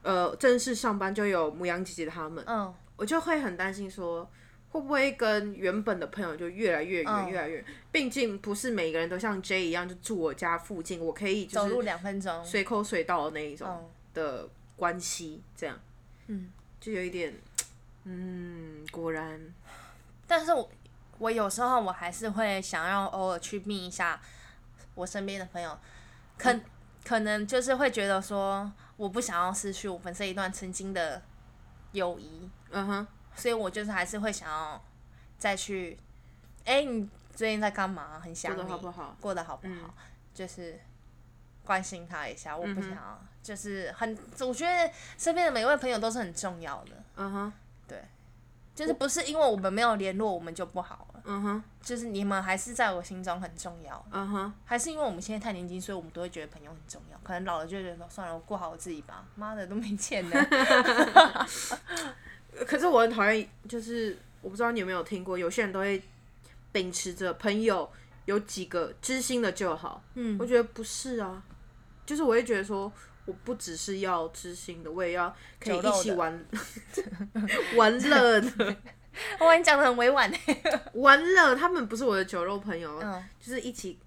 Speaker 3: 呃，正式上班就有母羊姐姐他们，
Speaker 2: 嗯，
Speaker 3: 我就会很担心说。会不会跟原本的朋友就越来越远，
Speaker 2: 嗯
Speaker 3: 越来越远？毕竟不是每个人都像 J 一样，就住我家附近，我可以就
Speaker 2: 走
Speaker 3: 是
Speaker 2: 路两分钟。
Speaker 3: 随口随到的那一种
Speaker 2: 嗯
Speaker 3: 的关系，这样，
Speaker 2: 嗯，
Speaker 3: 就有一点，嗯，果然，
Speaker 2: 但是我我有时候我还是会想要偶尔去觅一下我身边的朋友，可、可能就是会觉得说，我不想要失去我们这一段曾经的友谊，
Speaker 3: 嗯哼，
Speaker 2: 所以我就是还是会想要再去，哎、你最近在干嘛？很想
Speaker 3: 过
Speaker 2: 你，
Speaker 3: 得好不好？
Speaker 2: 过得好不好，
Speaker 3: 嗯
Speaker 2: 就是关心他一下。我不
Speaker 3: 嗯哼
Speaker 2: 想要，就是很，我觉得身边的每一位朋友都是很重要的，
Speaker 3: 嗯哼，
Speaker 2: 就是不是因为我们没有联络，我们就不好了，
Speaker 3: 嗯哼，
Speaker 2: 就是你们还是在我心中很重要，
Speaker 3: 嗯哼，
Speaker 2: 还是因为我们现在太年轻，所以我们都会觉得朋友很重要。可能老了就觉得说，算了，我过好我自己吧，妈的都没钱呢。
Speaker 3: *laughs* 可是我很讨厌，就是我不知道你有没有听过，有些人都会秉持着朋友有几个知心的就好，
Speaker 2: 嗯
Speaker 3: 我觉得不是啊，就是我会觉得说。我不只是要知心的，我也要可以
Speaker 2: 酒肉
Speaker 3: 一起
Speaker 2: 的
Speaker 3: 玩 *laughs* 玩乐的，
Speaker 2: 哇，你讲的很委
Speaker 3: *laughs*
Speaker 2: 婉呢。
Speaker 3: 玩乐。他们不是我的酒肉朋友，
Speaker 2: 嗯
Speaker 3: 就是一起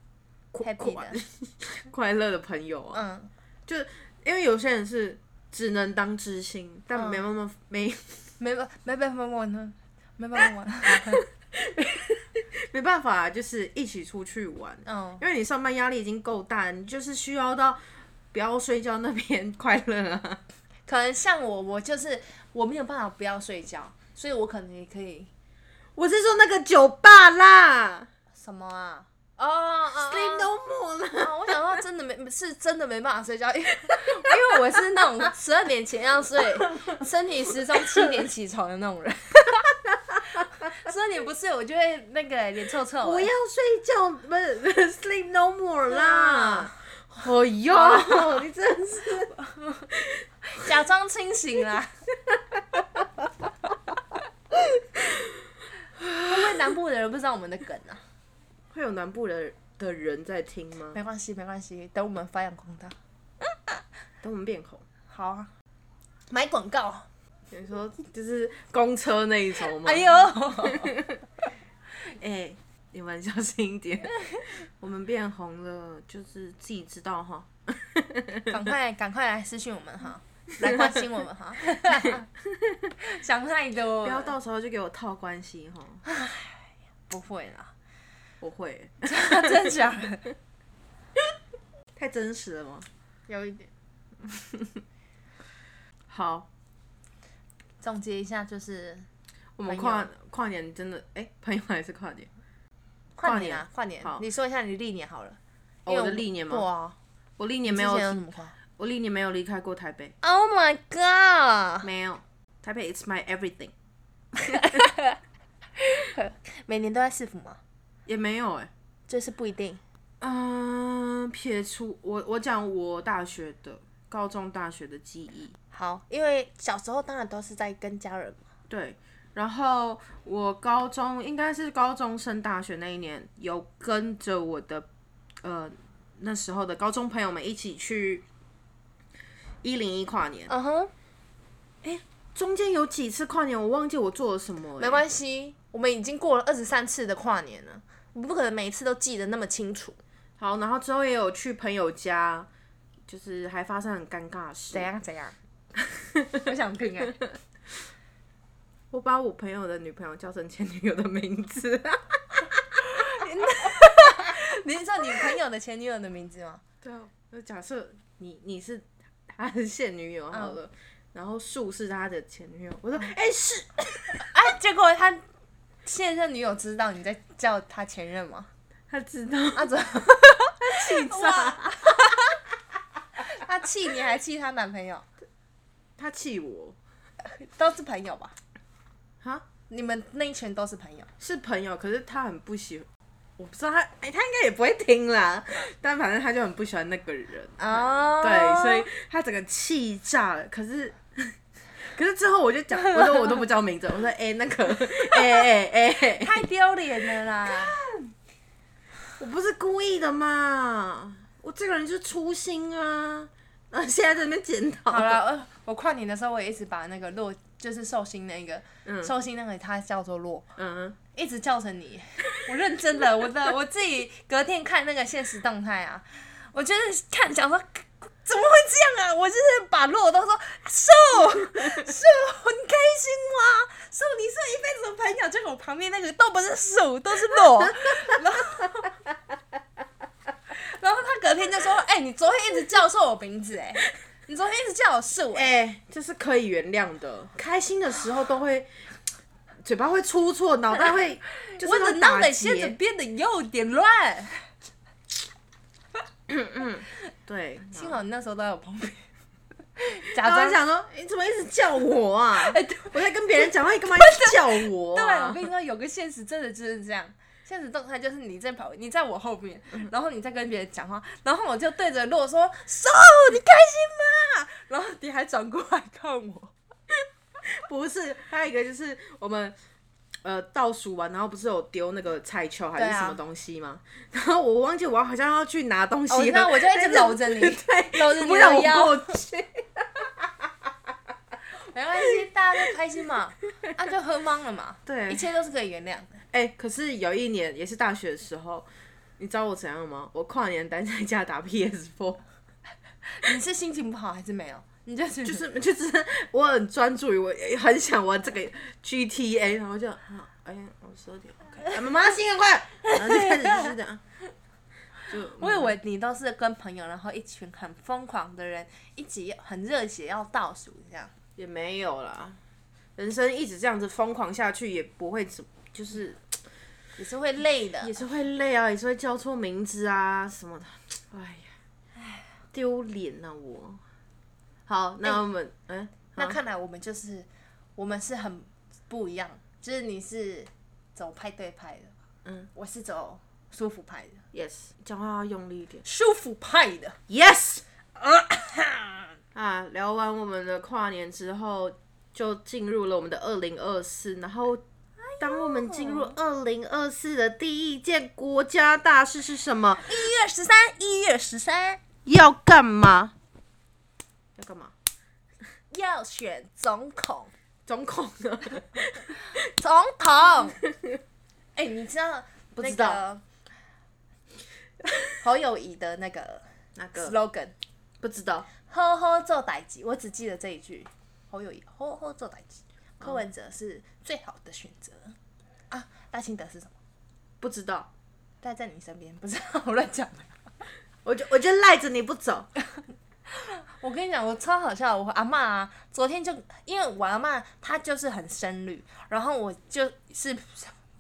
Speaker 3: 快
Speaker 2: ，happy
Speaker 3: 快
Speaker 2: 的，
Speaker 3: *laughs* 快乐的朋友啊。
Speaker 2: 嗯，
Speaker 3: 因为有些人是只能当知心，但
Speaker 2: 嗯
Speaker 3: 没办法、没 *laughs*
Speaker 2: 没办没办法玩呢，没办法玩，
Speaker 3: 没办法，就是一起出去玩。
Speaker 2: 嗯，
Speaker 3: 因为你上班压力已经够大，你就是需要到不要睡觉那边快乐啊。 *laughs*
Speaker 2: 可能像我，我就是我没有办法不要睡觉，所以我可能也可以
Speaker 3: 我是说那个酒吧啦
Speaker 2: 什么啊？哦哦哦
Speaker 3: ，Sleep No More 啦。
Speaker 2: 哦，我想说真的没是真的没办法睡觉，因为因为我是 *laughs* 那种十二点前要睡，身体时钟七点起床的那种人。十二点不睡，我就会那个欸脸臭臭欸。
Speaker 3: 不要睡觉，不是 Sleep No More
Speaker 2: *laughs*
Speaker 3: 啦
Speaker 2: 啊。
Speaker 3: 哦哟，你真是
Speaker 2: 假装清醒 *laughs* 啦。会不会南部的人不知道我们的梗啊？
Speaker 3: 会有南部的的人在听吗？
Speaker 2: 没关系，没关系，等我们发扬光大。
Speaker 3: 等我们变红。
Speaker 2: 好啊，买广告。
Speaker 3: 你说就是公车那一种吗？
Speaker 2: 哎呦，
Speaker 3: 哎、你们小心一点，我们变红了，就是自己知道哈。
Speaker 2: *laughs* 赶快赶快来私讯我们 *laughs* 哈，来关心我们哈。 *laughs* 想太多了，
Speaker 3: 不要到时候就给我套关系哈。
Speaker 2: 不会啦。
Speaker 3: 我会，
Speaker 2: 真的假的？
Speaker 3: 太真实了吗？
Speaker 2: 有一点。
Speaker 3: 好，
Speaker 2: 总结一下就是
Speaker 3: 我们
Speaker 2: 朋友
Speaker 3: 跨跨年真的，哎、朋友还是跨年？
Speaker 2: 跨
Speaker 3: 跨
Speaker 2: 年啊，跨年
Speaker 3: 好，
Speaker 2: 你说一下你历年好了。
Speaker 3: 哦、
Speaker 2: 因
Speaker 3: 我
Speaker 2: 为
Speaker 3: 的历年
Speaker 2: 对
Speaker 3: 吗？
Speaker 2: 啊，
Speaker 3: 我历年没
Speaker 2: 之
Speaker 3: 有
Speaker 2: 前，有什么跨
Speaker 3: 我历年没有离开过台北，
Speaker 2: ？Oh my god！
Speaker 3: 没有，台北 is my everything，
Speaker 2: 每年都在市府吗？
Speaker 3: 也没有哎、
Speaker 2: 这是不一定。
Speaker 3: 嗯，撇除我，我讲我大学的、高中、大学的记忆。
Speaker 2: 好，因为小时候当然都是在跟家人嘛。
Speaker 3: 对，然后我高中应该是高中升大学那一年，有跟着我的呃那时候的高中朋友们一起去一零一跨年。
Speaker 2: 嗯哼，
Speaker 3: 中间有几次跨年，我忘记我做了什么欸了、
Speaker 2: 没关系，我们已经过了二十三次的跨年了，我不可能每一次都记得那么清楚。
Speaker 3: 好，然后之后也有去朋友家，就是还发生很尴尬的事
Speaker 2: 怎。样怎 *laughs* 样？我想听哎、
Speaker 3: 我把我朋友的女朋友叫成前女友的名
Speaker 2: *laughs*
Speaker 3: 字。
Speaker 2: 你是道你朋友的前女友的名字吗？
Speaker 3: 对啊，就假设你你是他的现女友好
Speaker 2: 嗯
Speaker 3: 了，然后树是他的前女友，我说哎、是，
Speaker 2: 哎， *laughs* 结果他现任女友知道你在叫他前任吗？
Speaker 3: 他
Speaker 2: *laughs*
Speaker 3: 知道，
Speaker 2: 啊，怎么？
Speaker 3: 气炸，
Speaker 2: 他气你还气她男朋友？
Speaker 3: 他气我，
Speaker 2: 都是朋友吧？
Speaker 3: 哈，
Speaker 2: 你们那一群都是朋友？
Speaker 3: 是朋友，可是他很不喜欢，我不知道他，哎、他应该也不会听啦，但反正他就很不喜欢那个人，
Speaker 2: 哦
Speaker 3: 对，所以他整个气炸了，可是。 *laughs* 可是之后我就讲，我说我都不叫名字，我说哎、那个， *laughs* 哎哎哎哎，
Speaker 2: 太丢脸了 *laughs* 啦！
Speaker 3: 我不是故意的嘛，我这个人就粗心啊，然后现在在那边检讨。
Speaker 2: 好了，呃我跨年的时候，我也一直把那个洛，就是寿星那个，
Speaker 3: 嗯
Speaker 2: 寿星那个，他叫做洛，
Speaker 3: 嗯，
Speaker 2: 一直叫成你。 *laughs* 我认真的，我的我 *laughs* 自己隔天看那个现实动态啊，我觉得看想说。怎么会这样啊！我就是把洛都说
Speaker 3: *laughs*
Speaker 2: 瘦瘦，你开心吗？瘦，你是我一辈子的朋友。结果我旁边那个都不是瘦，都是洛。 *laughs* 然后，然后他隔天就说：“哎、你昨天一直叫错我名字、哎，你昨天一直叫我瘦、哎。
Speaker 3: 哎、这是可以原谅的。开心的时候都会，嘴巴会出错，脑袋 *laughs* 会 *laughs* 就是
Speaker 2: 我
Speaker 3: 那
Speaker 2: 的
Speaker 3: 种
Speaker 2: 脑
Speaker 3: 打
Speaker 2: 袋现在
Speaker 3: 结。
Speaker 2: 变得有点乱。
Speaker 3: 对，
Speaker 2: 幸好你那时候都在我旁边，假
Speaker 3: 然后
Speaker 2: 装
Speaker 3: 我想说，你怎么一直叫我 *laughs* 啊？
Speaker 2: 哎 *laughs* 对
Speaker 3: 我在跟别人讲话，你干嘛一直叫我、 *laughs*
Speaker 2: 对，
Speaker 3: 啊？
Speaker 2: 我跟你说，有个现实真的就是这样。现实动态就是你在跑，你在我后面，然后你在跟别人讲话，然后我就对着洛说：“瘦，你开心吗？”然后你还转过来看我，
Speaker 3: 不是，还有一个就是我们呃倒数完，然后不是有丢那个彩球还
Speaker 2: 对
Speaker 3: 是
Speaker 2: 啊
Speaker 3: 什么东西吗？然后我忘记我好像要去拿东西
Speaker 2: 哦
Speaker 3: 了，
Speaker 2: 我知道我就一直 *laughs*
Speaker 3: 但是
Speaker 2: 搂着你
Speaker 3: 对，
Speaker 2: 搂着你
Speaker 3: 不让
Speaker 2: 的
Speaker 3: 我
Speaker 2: 腰，
Speaker 3: 过
Speaker 2: *laughs*
Speaker 3: 去。
Speaker 2: 没关系，大家都开心 *laughs* 嘛，啊就喝懵了嘛，
Speaker 3: 对
Speaker 2: 一切都是可以原谅的。
Speaker 3: 哎、可是有一年也是大学的时候，你知道我怎样吗？我跨年待在家打 PS4，
Speaker 2: 你是心情不好还是没有？你就就
Speaker 3: *laughs* 就是就是我很专注于我也很想玩这个 GTA，然后就啊，哎呀，我十二点 OK，啊妈妈新年快乐， *laughs* 然后就开始就是这样，就
Speaker 2: 我以为你都是跟朋友，然后一群很疯狂的人一起很热血要倒数这样。
Speaker 3: 也没有啦，人生一直这样子疯狂下去也不会怎，就是
Speaker 2: 也是会累的
Speaker 3: 也。是会累啊，也是会叫错名字啊什么的，哎呀，丢脸呐我。好，那我们嗯。
Speaker 2: 那看来我们就是我们是很不一样，就是你是走派对派的，
Speaker 3: 嗯，
Speaker 2: 我是走舒服派的，
Speaker 3: Yes，讲话要用力一点。
Speaker 2: 舒服派的。
Speaker 3: *coughs* Yes，啊，聊完我们的跨年之后，就进入了我们的二零二四。然后，当我们进入二零二四的第一件国家大事是什么？
Speaker 2: 一月十三，一月十三
Speaker 3: 要干嘛？要干嘛？
Speaker 2: 要选总统，
Speaker 3: 总统呢？
Speaker 2: *laughs* 总统。 *laughs* 哎、你知道不
Speaker 3: 知道
Speaker 2: 侯友谊的那个
Speaker 3: 那个
Speaker 2: slogan？
Speaker 3: 不知道。
Speaker 2: 呵呵做歹机，我只记得这一句。侯友谊呵呵做歹机，柯文哲是最好的选择啊。大清德是什么？
Speaker 3: 不知道，
Speaker 2: 待在你身边，不是 *laughs* 我乱讲的。
Speaker 3: 我就我就赖着你不走，
Speaker 2: 我跟你讲，我超好笑。我阿嬷啊，昨天就因为我阿嬷她就是很深绿，然后我就是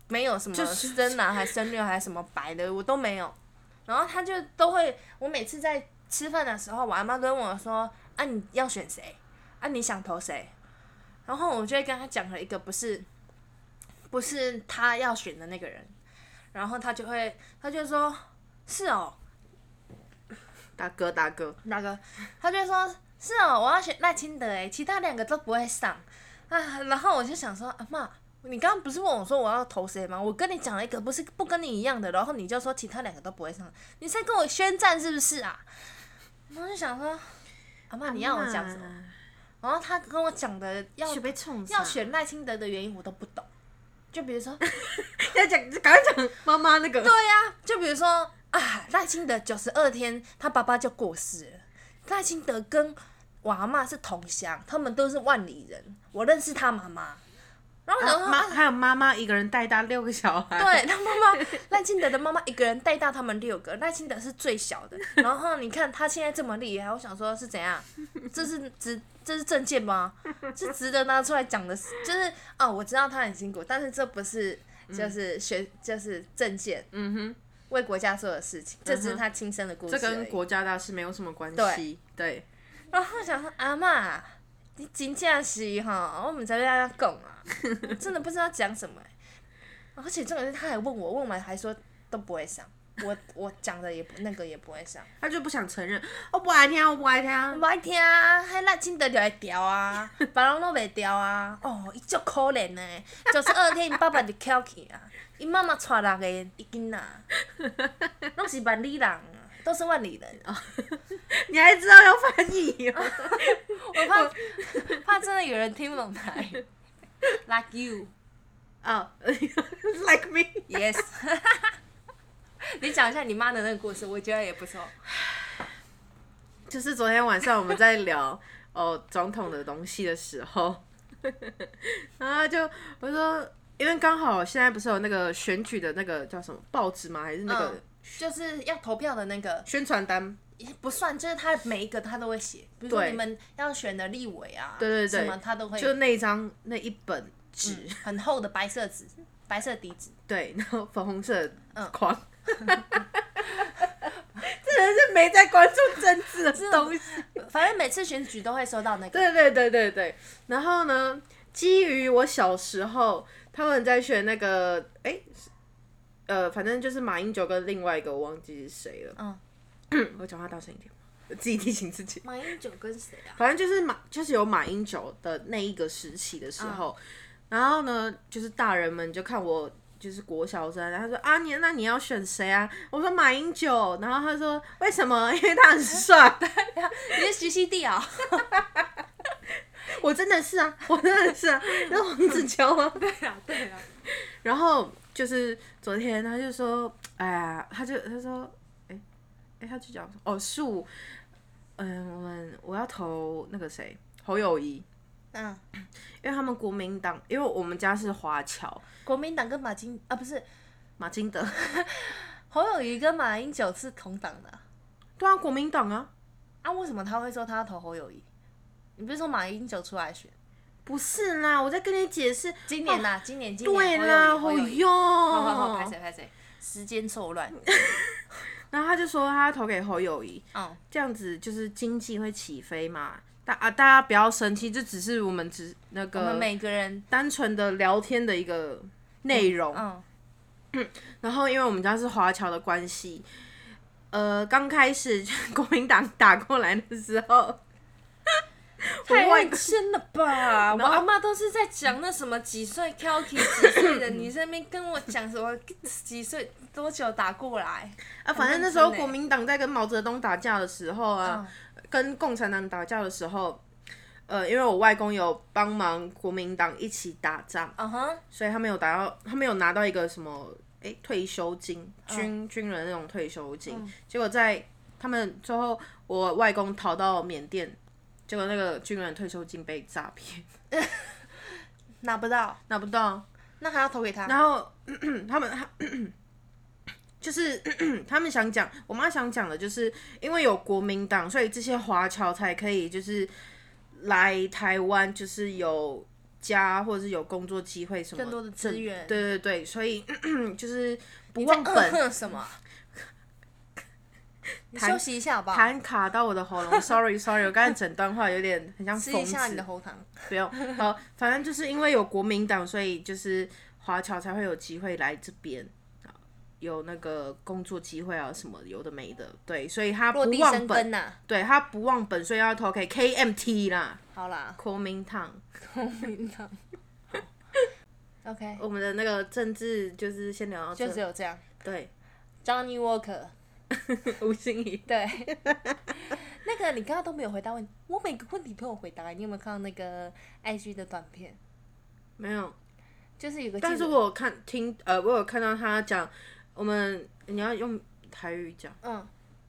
Speaker 2: 没有什么
Speaker 3: 就是
Speaker 2: 深蓝还深绿还什么白的，我都没有。然后她就都会，我每次在吃饭的时候，我阿妈都会问我说：“啊，你要选谁？啊，你想投谁？”然后我就会跟她讲了一个不是不是她要选的那个人，然后她就会她就说：“是哦，
Speaker 3: 大哥大哥，
Speaker 2: 那个，他就说：“是哦，我要选赖清德欸诶，其他两个都不会上啊。”然后我就想说：“阿妈，你刚刚不是问我说我要投谁吗？我跟你讲了一个不是不跟你一样的，然后你就说其他两个都不会上，你在跟我宣战是不是啊？”然后就想说：“阿
Speaker 3: 啊
Speaker 2: 妈，你要我讲什么？”然后他跟我讲的要
Speaker 3: 选被冲
Speaker 2: 要选赖清德的原因我都不懂，就比如说
Speaker 3: 要讲，赶快讲妈妈那个。
Speaker 2: 对呀、就比如说啊，赖清德九十二天，他爸爸就过世了。赖清德跟我阿妈是同乡，他们都是万里人，我认识他妈妈。然后我想说，
Speaker 3: 妈
Speaker 2: 啊
Speaker 3: 还有妈妈一个人带大六个小孩，
Speaker 2: 对啊他妈
Speaker 3: *laughs*
Speaker 2: 妈，赖清德的妈妈一个人带大他们六个，赖清德是最小的。然后你看他现在这么厉害，我想说是怎样？这是值这是证件吗？是值得拿出来讲的事，就是哦，我知道他很辛苦，但是这不是就是学、就是证件，
Speaker 3: 嗯哼，
Speaker 2: 为国家做的事情，这只
Speaker 3: 嗯
Speaker 2: 是
Speaker 3: 哼
Speaker 2: 他亲身的故事而
Speaker 3: 这
Speaker 2: 已。
Speaker 3: 跟国家大事没有什么关系。对，
Speaker 2: 然后我想说阿嬷，啊你真正是哈，我们在跟大家讲啊，我真的不知道讲什么欸、而且重点是他还问我，问完还说都不会上，我我讲的也不那个也不会上，
Speaker 3: 他就不想承认，我不爱听，啊我不爱听
Speaker 2: 不。爱听啊，迄赖清德就会调啊，别人拢袂调啊，哦，伊足可怜的，九十二天，伊爸爸就翘去啊，伊妈妈带六个囡仔，拢是万里人啊，都是万里人啊。
Speaker 3: 你还知道要翻译哦？ *laughs*
Speaker 2: 我怕怕真的有人听不懂台语。Like you,
Speaker 3: 哦 *laughs* ，like me。
Speaker 2: yes 。你讲一下你妈的那个故事，我觉得也不错。
Speaker 3: 就是昨天晚上我们在聊哦总统的东西的时候，然后就我说，因为刚好现在不是有那个选举的那个叫什么报纸吗？还是那个
Speaker 2: 嗯就是要投票的那个
Speaker 3: 宣传单？
Speaker 2: 也不算，就是他每一个他都会写，比如说
Speaker 3: 对
Speaker 2: 你们要选的立委啊，
Speaker 3: 对对对
Speaker 2: 什么他都会，嗯
Speaker 3: 就那一张那一本纸，
Speaker 2: 很厚的白色纸，白色底纸，
Speaker 3: 对，然后粉红色
Speaker 2: 嗯
Speaker 3: 的框。 *laughs* 这人是没在关注政治的东西。
Speaker 2: 反正每次选举都会收到那个。
Speaker 3: 对对对对对。然后呢，基于我小时候他们在选那个，哎、是呃，反正就是马英九跟另外一个我忘记是谁了。
Speaker 2: 嗯，
Speaker 3: *coughs* 我讲话大声一点，我自己提醒自己。
Speaker 2: 马英九跟谁啊？
Speaker 3: 反正就是马，就是有马英九的那一个时期的时候，然后呢，就是大人们就看我。就是国小生，然后他说啊，你那你要选谁啊？我说马英九，然后他说为什么？因为他很帅。
Speaker 2: *laughs* 你是徐熙娣啊？ *laughs*
Speaker 3: 我真的是啊，我真的是啊，那王子乔吗？
Speaker 2: 对啊，对啊。
Speaker 3: 然后就是昨天他就说，哎呀，他就他说，哎、哎、他就讲哦树，嗯，我们我要投那个谁侯友谊，
Speaker 2: 嗯，
Speaker 3: 因为他们国民党，因为我们家是华侨，
Speaker 2: 国民党跟马金啊，不是
Speaker 3: 马金德，
Speaker 2: 侯友谊跟马英九是同党的啊、
Speaker 3: *laughs* 对啊，国民党啊，
Speaker 2: 啊，为什么他会说他要投侯友谊？你不是说马英九出来选？
Speaker 3: 不是啦，我在跟你解释，
Speaker 2: 今年呐、今年今年
Speaker 3: 对啦，
Speaker 2: 侯
Speaker 3: 好
Speaker 2: 友谊，
Speaker 3: 用，
Speaker 2: 哦好哦好好，拍谁拍谁，时间错 *laughs* 乱，
Speaker 3: 然后他就说他要投给侯友谊，
Speaker 2: 嗯，
Speaker 3: 这样子就是经济会起飞嘛。大啊，大家不要生气，这只是我们只那
Speaker 2: 我们
Speaker 3: 个
Speaker 2: 每个人，
Speaker 3: 单纯的聊天的一个内容。
Speaker 2: 嗯，
Speaker 3: 然后因为我们家是华侨的关系，呃，刚开始 *laughs* 国民党打过来的时候，
Speaker 2: 太
Speaker 3: 会
Speaker 2: 认真了 *laughs* 吧？我阿妈都是在讲那什么几岁 k i 几岁 *laughs* 的，你这边跟我讲什么几岁多久打过来？
Speaker 3: 啊，反正那时候国民党在跟毛泽东打架的时候啊，跟共产党打架的时候。呃，因为我外公有帮忙国民党一起打仗，
Speaker 2: 嗯哼，
Speaker 3: 所以他们有达到，他们有拿到一个什么诶、退休金，军、军人那种退休金。结果在他们最后，我外公逃到缅甸，结果那个军人退休金被诈骗， *laughs*
Speaker 2: 拿不到，
Speaker 3: 拿不到。 *clears throat*
Speaker 2: 那还要投给他？
Speaker 3: 然后他们他就是 *clears throat* 他们想讲，我妈想讲的就是，因为有国民党，所以这些华侨才可以就是来台湾，就是有家或者是有工作机会什么，
Speaker 2: 更多的资源
Speaker 3: 对对对，所以 *clears throat* 就是不
Speaker 2: 你在
Speaker 3: 忘本。
Speaker 2: 什 *laughs* 么？你休息一下好不好？
Speaker 3: 痰卡到我的喉咙，sorry sorry，我刚才整段话有点很
Speaker 2: *laughs*
Speaker 3: 像
Speaker 2: 吃
Speaker 3: 疯
Speaker 2: 一下你
Speaker 3: 子
Speaker 2: 的，喉糖。
Speaker 3: 不用。好，反正就是因为有国民党，所以就是华侨才会有机会来这边，有那个工作机会啊什么有的没的，对，所以他不
Speaker 2: 落地
Speaker 3: 忘
Speaker 2: 生
Speaker 3: 本
Speaker 2: 根，呐、
Speaker 3: 对他不忘本，所以要投给 KMT 啦，
Speaker 2: 好 *laughs* 啦，
Speaker 3: 国民党。
Speaker 2: 聪明的。OK，
Speaker 3: 我们的那个政治就是先聊到这，
Speaker 2: 就只有这样。
Speaker 3: 对
Speaker 2: Johnny Walker，
Speaker 3: 吴欣怡，
Speaker 2: 对， *laughs* 那个你刚刚都没有回答问，我每个问题都有回答。你有没有看到那个 IG 的短片？
Speaker 3: 没有。
Speaker 2: 就是有个记者，
Speaker 3: 但是我有看听呃，我有看到他讲，我们你要用台语讲，
Speaker 2: 嗯，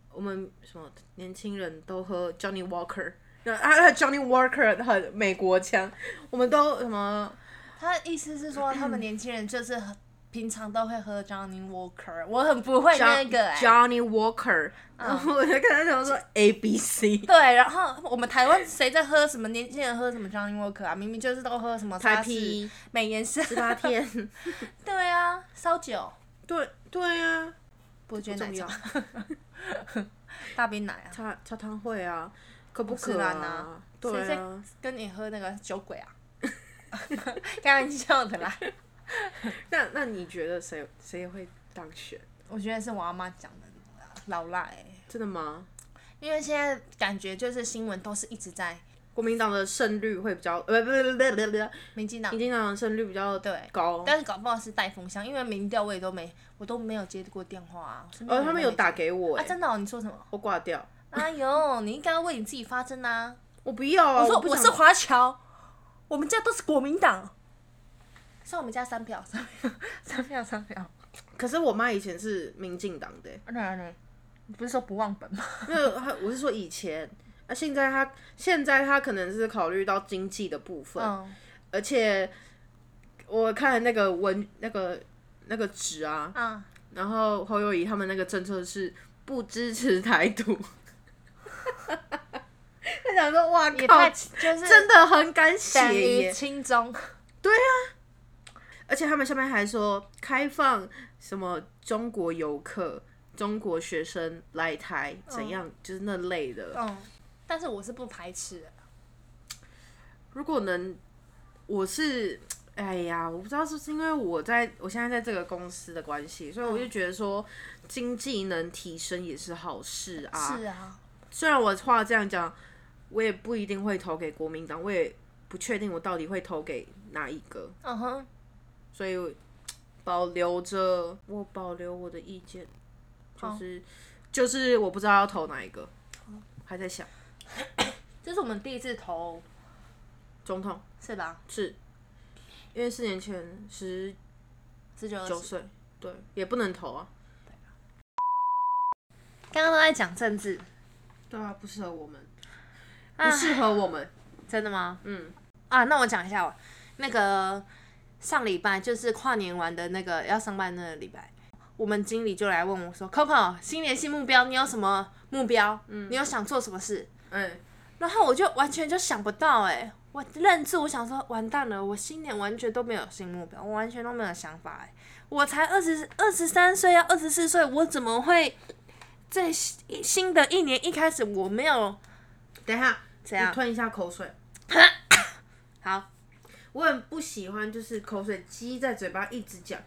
Speaker 3: 我们什么年轻人都喝 Johnny Walker，那啊 Johnny Walker 很美国腔，我们都什么
Speaker 2: 他的意思是说，他们年轻人就是很平常都会喝 Johnny Walker，我很不会
Speaker 3: John-
Speaker 2: 那个哎、嗯
Speaker 3: Johnny Walker，然后我就看他怎么
Speaker 2: *laughs*
Speaker 3: 说 A B C
Speaker 2: 对，然后我们台湾谁在喝什么？年轻人喝什么 Johnny Walker 啊？明明就是都喝什么
Speaker 3: 台
Speaker 2: 沙士、
Speaker 3: 啤
Speaker 2: 美颜色。
Speaker 3: 十八天， *laughs*
Speaker 2: 对啊，烧酒、
Speaker 3: 对对啊，
Speaker 2: 伯爵
Speaker 3: 不
Speaker 2: 奶
Speaker 3: 重要
Speaker 2: 茶、 *laughs* 大冰奶啊，
Speaker 3: 茶茶汤会啊，可不
Speaker 2: 是
Speaker 3: 可
Speaker 2: 啦
Speaker 3: 啊
Speaker 2: 呢？谁
Speaker 3: 对
Speaker 2: 在
Speaker 3: 啊，
Speaker 2: 跟你喝那个酒鬼啊？ *laughs* 开玩笑的啦，
Speaker 3: 那那你觉得谁谁会当选？
Speaker 2: 我觉得是我阿妈讲的老赖、欸，
Speaker 3: 真的吗？
Speaker 2: 因为现在感觉就是新闻都是一直在
Speaker 3: 国民党的胜率会比较，呃不不不不不不，
Speaker 2: 民进党
Speaker 3: 民进党的胜率比较
Speaker 2: 嗯对
Speaker 3: 高，
Speaker 2: 但是搞不好是带风向，因为民调我也都没，我都没有接过电话啊。身边
Speaker 3: 呃
Speaker 2: 人
Speaker 3: 他们
Speaker 2: 都
Speaker 3: 有
Speaker 2: 没
Speaker 3: 打
Speaker 2: 接
Speaker 3: 给我、
Speaker 2: 啊？
Speaker 3: 欸，
Speaker 2: 真的、哦？你说什么？
Speaker 3: 我挂掉，
Speaker 2: 哎
Speaker 3: *laughs*
Speaker 2: 呦，你应该为你自己发声啊！
Speaker 3: 我不要啊，
Speaker 2: 我说
Speaker 3: 不
Speaker 2: 我
Speaker 3: 想
Speaker 2: 是华侨，我们家都是国民党，算我们家三票，三票，三票，三
Speaker 3: *laughs*
Speaker 2: 票。啊
Speaker 3: 可是我妈以前是民进党的欸、
Speaker 2: 哪呢？你不是说不忘本吗？
Speaker 3: 没有，她我是说以前，啊，现在她现在她可能是考虑到经济的部分，
Speaker 2: 嗯，
Speaker 3: 而且我看那个文那个那个纸啊，
Speaker 2: 啊，
Speaker 3: 然后侯友谊他们那个政策是不支持台独，他想说哇
Speaker 2: 也太
Speaker 3: 靠，
Speaker 2: 就是
Speaker 3: 真的很敢
Speaker 2: 等
Speaker 3: 写
Speaker 2: 于
Speaker 3: 耶，
Speaker 2: 轻中，
Speaker 3: 而且他们下面还说开放什么中国游客、中国学生来台怎样，就是那类的。
Speaker 2: 嗯，但是我是不排斥的，
Speaker 3: 如果能，我是哎呀，我不知道是不是因为我在我现在在这个公司的关系，所以我就觉得说经济能提升也是好事啊。
Speaker 2: 是啊，
Speaker 3: 虽然我话这样讲，我也不一定会投给国民党，我也不确定我到底会投给哪一个，
Speaker 2: 嗯哼。
Speaker 3: 所以我保留着我保留我的意见，就
Speaker 2: 好
Speaker 3: 是就是我不知道要投哪一个，还在想
Speaker 2: 这是我们第一次投，
Speaker 3: 总统
Speaker 2: 是吧？
Speaker 3: 是，因为四年前十
Speaker 2: 十九
Speaker 3: 九岁，对，也不能投啊。
Speaker 2: 刚刚都在讲政治，
Speaker 3: 对啊，不适合我们，
Speaker 2: 啊
Speaker 3: 不适合我们。
Speaker 2: 真的吗？
Speaker 3: 嗯，
Speaker 2: 啊，那我讲一下哦，那个上礼拜就是跨年完的那个要上班那个礼拜，我们经理就来问我说：“Coco，新年新目标，你有什么目标？嗯，你有想做什么事
Speaker 3: 哎，？”
Speaker 2: 然后我就完全就想不到、哎，我愣住，我想说完蛋了，我新年完全都没有新目标，我完全都没有想法、哎，我才二十二十三岁要二十四岁，我怎么会在新新的一年一开始我没有
Speaker 3: 等一下，
Speaker 2: 怎样
Speaker 3: 你吞一下口水。
Speaker 2: 好？
Speaker 3: 我很不喜欢，就是口水积在嘴巴一直讲。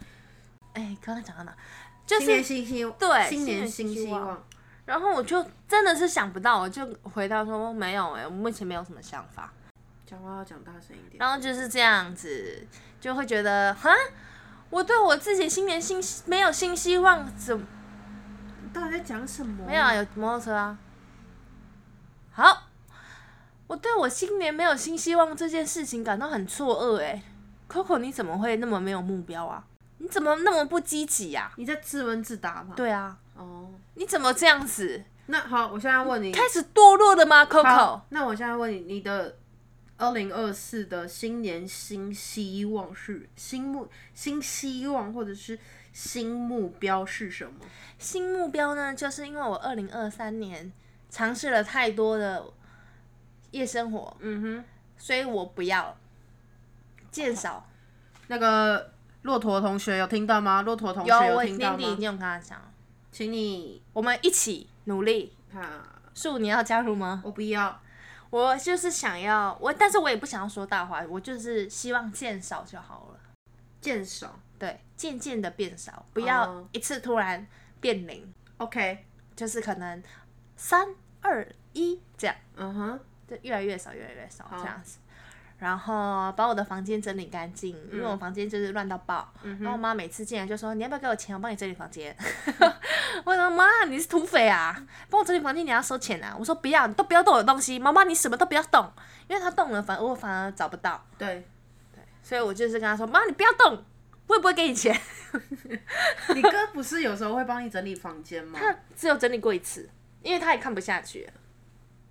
Speaker 2: 哎、刚刚讲到哪？就是
Speaker 3: 新年新希望，
Speaker 2: 对新
Speaker 3: 新年
Speaker 2: 年
Speaker 3: 新
Speaker 2: 新
Speaker 3: 希
Speaker 2: 希望
Speaker 3: 望。
Speaker 2: 然后我就真的是想不到，我就回答说没有哎、我目前没有什么想法。
Speaker 3: 讲话要讲大声一点。
Speaker 2: 然后就是这样子，就会觉得哈，我对我自己新年新没有新希望，怎么
Speaker 3: 你到底在讲什么？
Speaker 2: 没有啊？有摩托车啊。好，我对我新年没有新希望这件事情感到很错愕哎、Coco 你怎么会那么没有目标啊？你怎么那么不积极呀、
Speaker 3: 你在自问自答吧。。
Speaker 2: 对啊，
Speaker 3: 哦，
Speaker 2: 你怎么这样子？
Speaker 3: 那好，我现在问你。
Speaker 2: 开始堕落了吗，Coco？
Speaker 3: 嗯好，那我现在问你，你的二零二四的新年新希望是新目新希望，或者是新目标是什么？
Speaker 2: 新目标呢，就是因为我二零二三年尝试了太多的夜生活，
Speaker 3: 嗯哼，
Speaker 2: 所以我不要见少。
Speaker 3: 那个骆驼同学有听到吗？骆驼同学
Speaker 2: 有啊我
Speaker 3: 听到
Speaker 2: 年底已
Speaker 3: 吗
Speaker 2: 经？有跟他讲，
Speaker 3: 请你
Speaker 2: 我们一起努力。
Speaker 3: 啊，
Speaker 2: 树，你要加入吗？
Speaker 3: 我不要。
Speaker 2: 我就是想要我，但是我也不想要说大话，我就是希望见少就好了。
Speaker 3: 见少
Speaker 2: 对，渐渐的变少，不要
Speaker 3: 哦
Speaker 2: 一次突然变零，
Speaker 3: ，OK，
Speaker 2: 就是可能三二一这样。
Speaker 3: 嗯哼，
Speaker 2: 就越来越少，越来越少这样子。然后把我的房间整理干净，因为我房间就是乱到爆。然后我妈每次进来就说：“你要不要给我钱？我帮你整理房间。” *laughs* 我说：“妈，你是土匪啊！帮我整理房间你要收钱啊！”我说：“不要，你都不要动我的东西，妈妈你什么都不要动，因为她动了反而我反而找不到， *laughs*
Speaker 3: 对，
Speaker 2: 所以我就是跟她说：妈，你不要动，我也不会给你钱。 *laughs*
Speaker 3: 你哥不是有时候会帮你整理房间吗？
Speaker 2: 她只有整理过一次，因为她也看不下去了。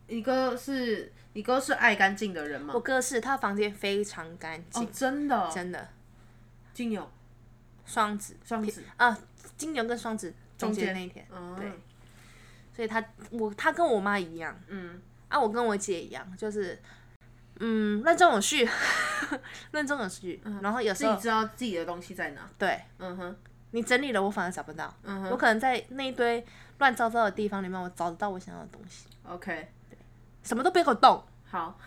Speaker 3: 你哥是你哥是爱干净的人吗
Speaker 2: 我？哥是他房间非常干净，
Speaker 3: 哦，真的哦，
Speaker 2: 真的
Speaker 3: 金牛
Speaker 2: 双子
Speaker 3: 双子
Speaker 2: 啊，金牛跟双子中
Speaker 3: 中
Speaker 2: 间
Speaker 3: 间
Speaker 2: 那一天，
Speaker 3: 哦
Speaker 2: 对，所以他我他跟我妈一样，
Speaker 3: 嗯，
Speaker 2: 啊，我跟我姐一样，就是嗯，乱中有序， *laughs* 乱中有序，然后有时
Speaker 3: 嗯自己
Speaker 2: 候
Speaker 3: 知道自己的东西在哪。
Speaker 2: 对
Speaker 3: 嗯哼，
Speaker 2: 你整理了，我反而找不到，
Speaker 3: 嗯
Speaker 2: 我可能在那一堆乱糟糟的地方里面，我找得到我想要的东西，
Speaker 3: ，OK，
Speaker 2: 什么都别给我动。
Speaker 3: 好，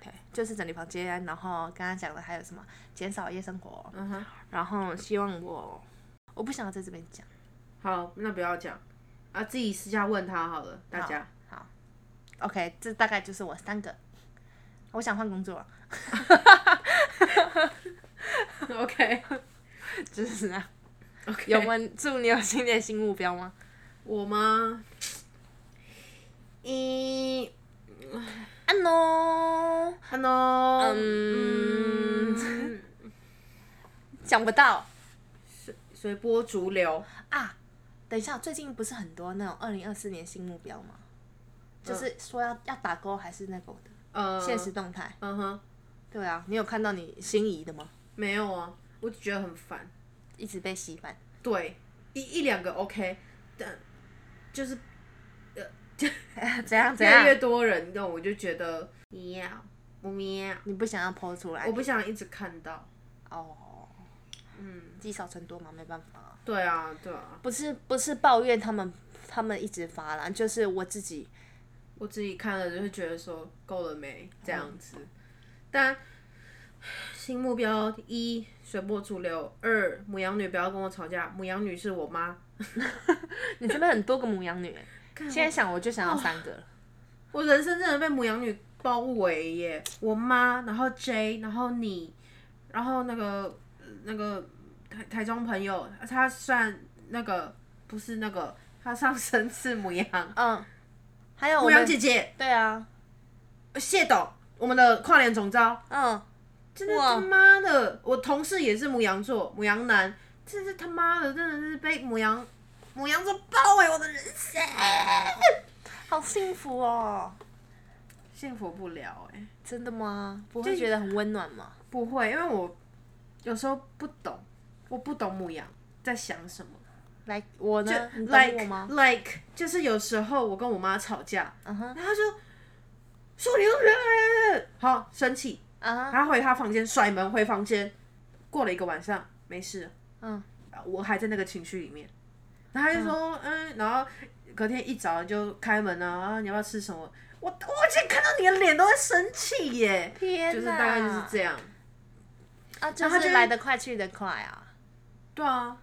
Speaker 2: 对，就是整理房间，然后刚刚讲的还有什么减少夜生活，
Speaker 3: 嗯哼，
Speaker 2: 然后希望我我不想要在这边讲，
Speaker 3: 好，那不要讲啊，自己私下问他好了，大家。
Speaker 2: 好，OK，这大概就是我三个，我想换工作了。 *laughs*
Speaker 3: OK，
Speaker 2: 就是啊，
Speaker 3: OK，
Speaker 2: 有问祝你有新年新目标吗？
Speaker 3: 我吗？
Speaker 2: 嗯
Speaker 3: 一
Speaker 2: 啊 no，
Speaker 3: ，Hello，
Speaker 2: 嗯
Speaker 3: 嗯，
Speaker 2: 想不到
Speaker 3: 随波逐流，
Speaker 2: 啊！等一下，最近不是很多那种二零二四年新目标吗？就是说要要打勾还是那个的
Speaker 3: 呃，
Speaker 2: 现实，动态？
Speaker 3: 嗯哼，
Speaker 2: 对啊，你有看到你心仪的吗？
Speaker 3: 没有啊，我只觉得很烦，
Speaker 2: 一直被洗版，
Speaker 3: 对，一一两个 OK，但就是
Speaker 2: *laughs* 怎样怎
Speaker 3: 越来
Speaker 2: 样？
Speaker 3: 越多人用，我就觉得喵，我喵，
Speaker 2: 你不想要剖出来？
Speaker 3: 我不想一直看到，
Speaker 2: 哦，
Speaker 3: 嗯，
Speaker 2: 积少成多嘛，没办法啊、
Speaker 3: 对啊，对啊，
Speaker 2: 不是不是抱怨他们，他们一直发啦，就是我自
Speaker 3: *laughs*
Speaker 2: 己
Speaker 3: 我自己看了就会觉得说够了没这样子，但新目标一随波逐流，二母羊女不要跟我吵架，母羊女是我妈，
Speaker 2: 你这边很多个母羊女欸，现在想我就
Speaker 3: 哦
Speaker 2: 想要三个
Speaker 3: *laughs*
Speaker 2: 了。
Speaker 3: 我人生真的被母羊女包围耶，我妈，然后 J，然后你，然后那个那个台台中朋友，他算那个不是那个，他上身是母羊，
Speaker 2: 嗯，还有我
Speaker 3: 母
Speaker 2: 们
Speaker 3: 羊姐姐
Speaker 2: 对啊，
Speaker 3: 呃谢董，我们的跨年总招。
Speaker 2: 嗯，
Speaker 3: 真的
Speaker 2: 哇
Speaker 3: 他妈的，我同事也是母羊座，母羊男，真是他妈的，真的是被母羊母羊座包围我的人生，
Speaker 2: 好幸福哦。
Speaker 3: 幸福不了哎、
Speaker 2: 真的吗？不会觉得很温暖吗？
Speaker 3: 不会，因为我有时候不懂，我不懂母羊在想什么，
Speaker 2: 来，我
Speaker 3: 就
Speaker 2: 呢？你懂
Speaker 3: like
Speaker 2: 我吗？
Speaker 3: like，就是有时候我跟我妈吵架，
Speaker 2: 嗯哼，
Speaker 3: 然后她就说你又人，好生气，
Speaker 2: 啊哈，
Speaker 3: 她回她房间甩门回房间，过了一个晚上没事了。
Speaker 2: 嗯，
Speaker 3: 我还在那个情绪里面。然后他就说，嗯然后隔天一早就开门啊，然后你要不要吃什么？我我现在看到你的脸都在生气耶，
Speaker 2: 天哪
Speaker 3: *laughs* 就是大概就是这样。
Speaker 2: 啊，就
Speaker 3: 他就是
Speaker 2: 来得快去得快啊。
Speaker 3: 对啊，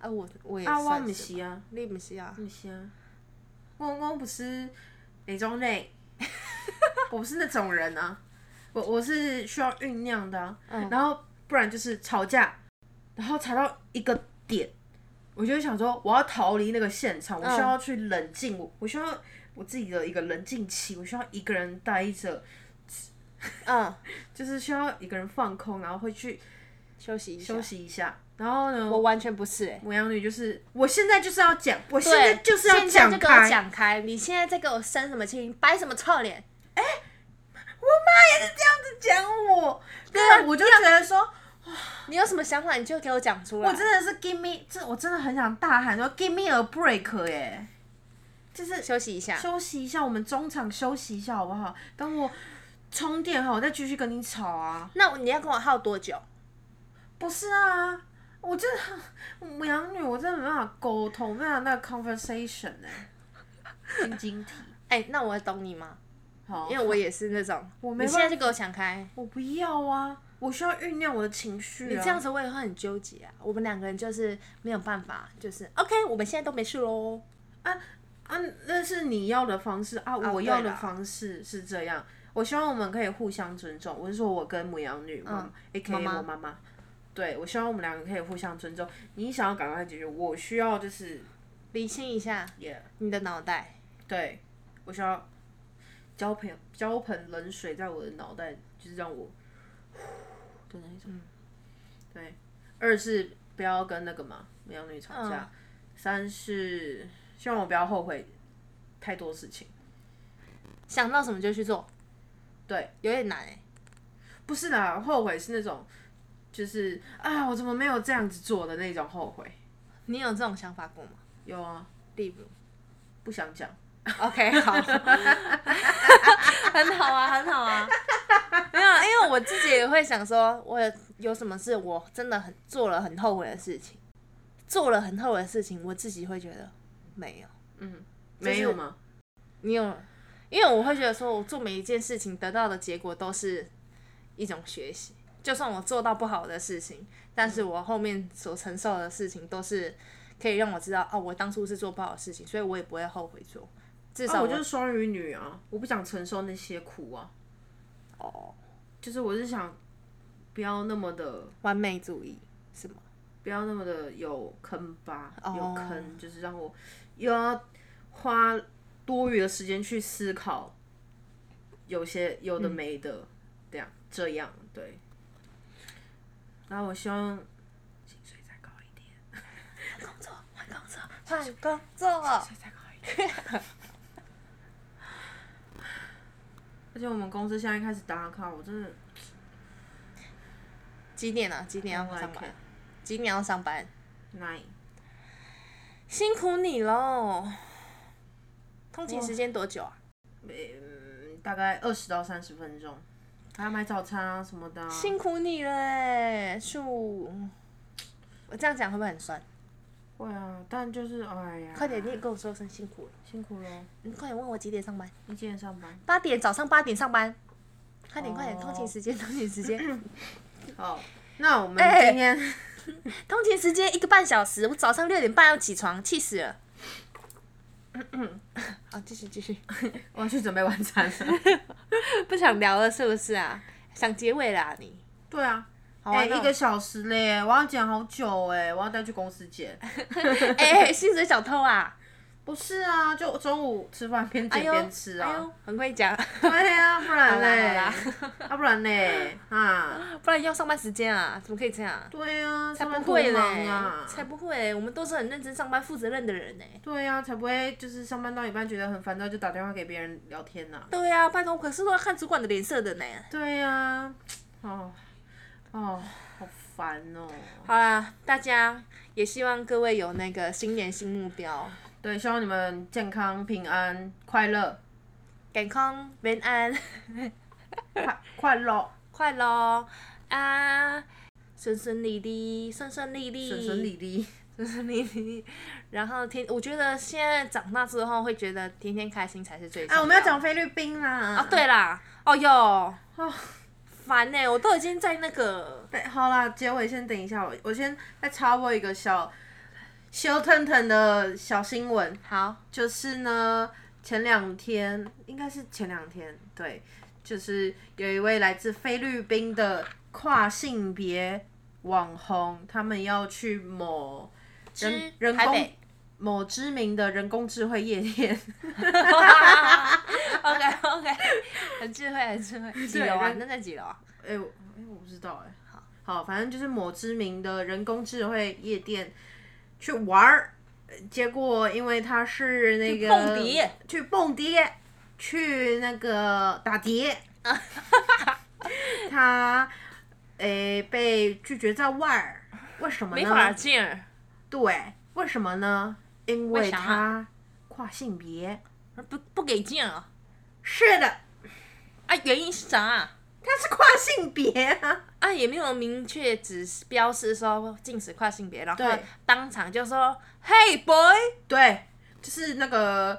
Speaker 2: 啊，我我也
Speaker 3: 啊我
Speaker 2: 算
Speaker 3: 唔
Speaker 2: 是
Speaker 3: 是
Speaker 2: 吧，
Speaker 3: 啊，
Speaker 2: 你不是啊？
Speaker 3: 唔是啊，我我不是那种人， *laughs* 我不是那种人啊，我我是需要酝酿的、啊，
Speaker 2: 嗯
Speaker 3: 然后不然就是吵架，然后吵到一个点，我就会想说我要逃离那个现场，我需
Speaker 2: 嗯
Speaker 3: 要去冷静，我我需要我自己的一个冷静期，我需要一个人待着，
Speaker 2: 嗯，
Speaker 3: 就是需要一个人放空，然后会去
Speaker 2: 休息一下
Speaker 3: 休。息一下，然后呢，
Speaker 2: 我完全不是哎、
Speaker 3: 母羊女就是我现在就是要讲，我现
Speaker 2: 对，
Speaker 3: 在就是要
Speaker 2: 现在
Speaker 3: 讲
Speaker 2: 就给我
Speaker 3: 开。
Speaker 2: 讲开，你现在在给我生什么气？你摆什么臭脸？啊
Speaker 3: 我妈也是这样子讲我，对，我就觉得说，啊，
Speaker 2: 你有什么想法，你就给我讲出来。
Speaker 3: 我真的是 give me，这我真的很想大喊说 give me a break 哎、就是
Speaker 2: 休息一下。
Speaker 3: 休息一下，我们中场休息一下好不好？等我充电好，我再继续跟你吵啊！
Speaker 2: 那你要跟我耗多久？
Speaker 3: 不是啊，我真的母羊女，我真的没办法沟通，没办法那个 conversation
Speaker 2: *laughs*
Speaker 3: 哎、晶晶体，
Speaker 2: 哎、那我懂你吗？
Speaker 3: 好，
Speaker 2: 因为我也是那种，
Speaker 3: *laughs* 我没
Speaker 2: 你
Speaker 3: 办
Speaker 2: 现
Speaker 3: 法
Speaker 2: 在就给我想开。
Speaker 3: 我不要啊，我需要酝酿我的情绪、啊。
Speaker 2: 你这样子我也会很纠结啊。我们两个人就是没有办法，就是 OK，我们现在都没事喽。
Speaker 3: 啊，那是你要的方式啊，我要
Speaker 2: 对
Speaker 3: 的
Speaker 2: 啦
Speaker 3: 方式是这样。我希望我们可以互相尊重。我是说，我跟母羊女妈，A K
Speaker 2: 妈嗯
Speaker 3: A
Speaker 2: 妈
Speaker 3: 我妈妈，对我希望我们两个可以互相尊重。你想要赶快解决，我需要就是
Speaker 2: 理清一下
Speaker 3: 也
Speaker 2: 你的脑袋。
Speaker 3: 对我需要浇盆浇盆冷水在我的脑袋，就是让我呼的那一种。
Speaker 2: 嗯
Speaker 3: 对，二是不要跟那个嘛母羊女吵架，
Speaker 2: 嗯
Speaker 3: 三是希望我不要后悔太多事情。
Speaker 2: 想到什么就去做，
Speaker 3: 对，
Speaker 2: 有点难哎、
Speaker 3: 不是啦，后悔是那种，就是啊，我怎么没有这样子做的那种后悔。
Speaker 2: 你有这种想法过吗？
Speaker 3: 有啊，
Speaker 2: 例如
Speaker 3: 不想讲。
Speaker 2: 啊 *laughs* ，OK，好，很好啊，很好啊。没有啊，因为我自己也会想说，我有什么事我真的很做了很后悔的事情，做了很后悔的事情，我自己会觉得没有。
Speaker 3: 嗯，
Speaker 2: 就是
Speaker 3: 没有吗？
Speaker 2: 你有，因为我会觉得说，我做每一件事情得到的结果都是一种学习。就算我做到不好的事情，但是我后面所承受的事情都是可以让我知道，哦，我当初是做不好的事情，所以我也不会后悔做。至
Speaker 3: 啊，
Speaker 2: 少
Speaker 3: 我
Speaker 2: 我,、
Speaker 3: 就是双鱼女啊，我不想承受那些苦啊。
Speaker 2: 哦，
Speaker 3: 就是我是想不要那么的，
Speaker 2: 完美主义是吗？
Speaker 3: 不要那么的有坑吧，
Speaker 2: 哦
Speaker 3: 有坑就是让我又要花多余的时间去思考，有些有
Speaker 2: 嗯
Speaker 3: 的没的，这样这样对。然后我希望薪水再高一点。
Speaker 2: 工作，换工作，换工作。
Speaker 3: 再高一点。
Speaker 2: *laughs*
Speaker 3: 而且我们公司现在开始打卡，我真的
Speaker 2: 几点啊？几点要上
Speaker 3: 嗯
Speaker 2: 班？几点要上班？
Speaker 3: nine。
Speaker 2: 辛苦你喽！通勤时间多久啊？
Speaker 3: 嗯，大概二十到三十分钟，还要买早餐啊什么的啊、
Speaker 2: 辛苦你了哎，树。我这样讲会不会很酸？
Speaker 3: 会啊，但就是哎呀，
Speaker 2: 快点，你也跟我说声辛苦了。
Speaker 3: 辛苦喽！
Speaker 2: 你快点问我几点上班？
Speaker 3: 你几点上班？
Speaker 2: 八点，早上八点上班。快点，
Speaker 3: 哦
Speaker 2: 快点，通勤时间，通勤时间， *coughs*
Speaker 3: 好，那我们
Speaker 2: 哎
Speaker 3: 今天、 *laughs*
Speaker 2: 通勤时间一个半小时。我早上六点半要起床，气死了。 *coughs* 好，继续继续，
Speaker 3: 我要去准备晚餐了。
Speaker 2: *laughs* 不想聊了是不是啊？想结尾啦你。
Speaker 3: 对啊，
Speaker 2: 好啊
Speaker 3: 哎、
Speaker 2: 那
Speaker 3: 一
Speaker 2: 我
Speaker 3: 个小时嘞，我要剪好久哎，我要带去公
Speaker 2: *laughs*
Speaker 3: 司剪。 *laughs*
Speaker 2: 哎、薪水小偷啊！
Speaker 3: 不是啊，就中午吃饭边
Speaker 2: 哎
Speaker 3: 剪
Speaker 2: 呦，
Speaker 3: 边吃
Speaker 2: 哎
Speaker 3: 啊。
Speaker 2: 呦，很会讲，
Speaker 3: 对啊，不然
Speaker 2: 好
Speaker 3: 嘞
Speaker 2: 啦 *laughs* 好，
Speaker 3: 啊不然嘞，啊。
Speaker 2: *laughs* 不然要上班时间啊，怎么可以这样啊？
Speaker 3: 对啊，
Speaker 2: 才
Speaker 3: 上班
Speaker 2: 不会
Speaker 3: 多
Speaker 2: 嘞，
Speaker 3: 忙啊！
Speaker 2: 才不会嘞，我们都是很认真上班、负责任的人呢。
Speaker 3: 对啊，才不会就是上班到一半觉得很烦躁就打电话给别人聊天呐、
Speaker 2: 对呀、拜托，我可是都要看主管的脸色的呢。
Speaker 3: 对呀、哦哦，好烦哦。
Speaker 2: 好啦，大家也希望各位有那个新年新目标，
Speaker 3: 对，希望你们健康、平安、快乐、
Speaker 2: 健康、平安、 *laughs*
Speaker 3: 快快乐、
Speaker 2: 快乐啊，顺顺利利，顺顺利利，
Speaker 3: 顺顺利利。
Speaker 2: 顺顺利利。 *laughs* 然后天，我觉得现在长大之后会觉得天天开心才是最重
Speaker 3: 啊，我们要
Speaker 2: 的
Speaker 3: 讲菲律宾啦。
Speaker 2: 啊，对啦，哦哟，
Speaker 3: 哦，
Speaker 2: 烦呢、欸我都已经在那
Speaker 3: *laughs*
Speaker 2: 个。 *laughs*
Speaker 3: 对，好啦，结尾先等一下，我我先再插播一个小小腾腾的小新闻。
Speaker 2: 好，
Speaker 3: 就是呢，前两天应该是前两天，对，就是有一位来自菲律宾的跨性别网红，他们要去某人人
Speaker 2: 台
Speaker 3: 工
Speaker 2: 北。
Speaker 3: 某知名的人工智慧夜店，
Speaker 2: OK OK，很智慧，很智慧。几楼啊？那在几楼啊？
Speaker 3: 哎、我哎、我不知道哎、好，好，反正就是某知名的人工智慧夜店去玩儿，呃结果因为他是那个
Speaker 2: 去蹦迪
Speaker 3: 去蹦迪，
Speaker 2: *laughs*
Speaker 3: 去那个打碟，他诶被拒绝在外，为什么
Speaker 2: 没
Speaker 3: 呢？
Speaker 2: 法进儿，
Speaker 3: 对，为什么呢？因为
Speaker 2: 为啥啊
Speaker 3: 他跨性别。
Speaker 2: 不不给进啊！
Speaker 3: 是的，
Speaker 2: 啊，原因是啥啊？
Speaker 3: 他是跨性别啊。
Speaker 2: 啊，也没有明确指示标示说禁止跨性别，然后
Speaker 3: 对
Speaker 2: 当场就说：“Hey boy，
Speaker 3: 对，就是那个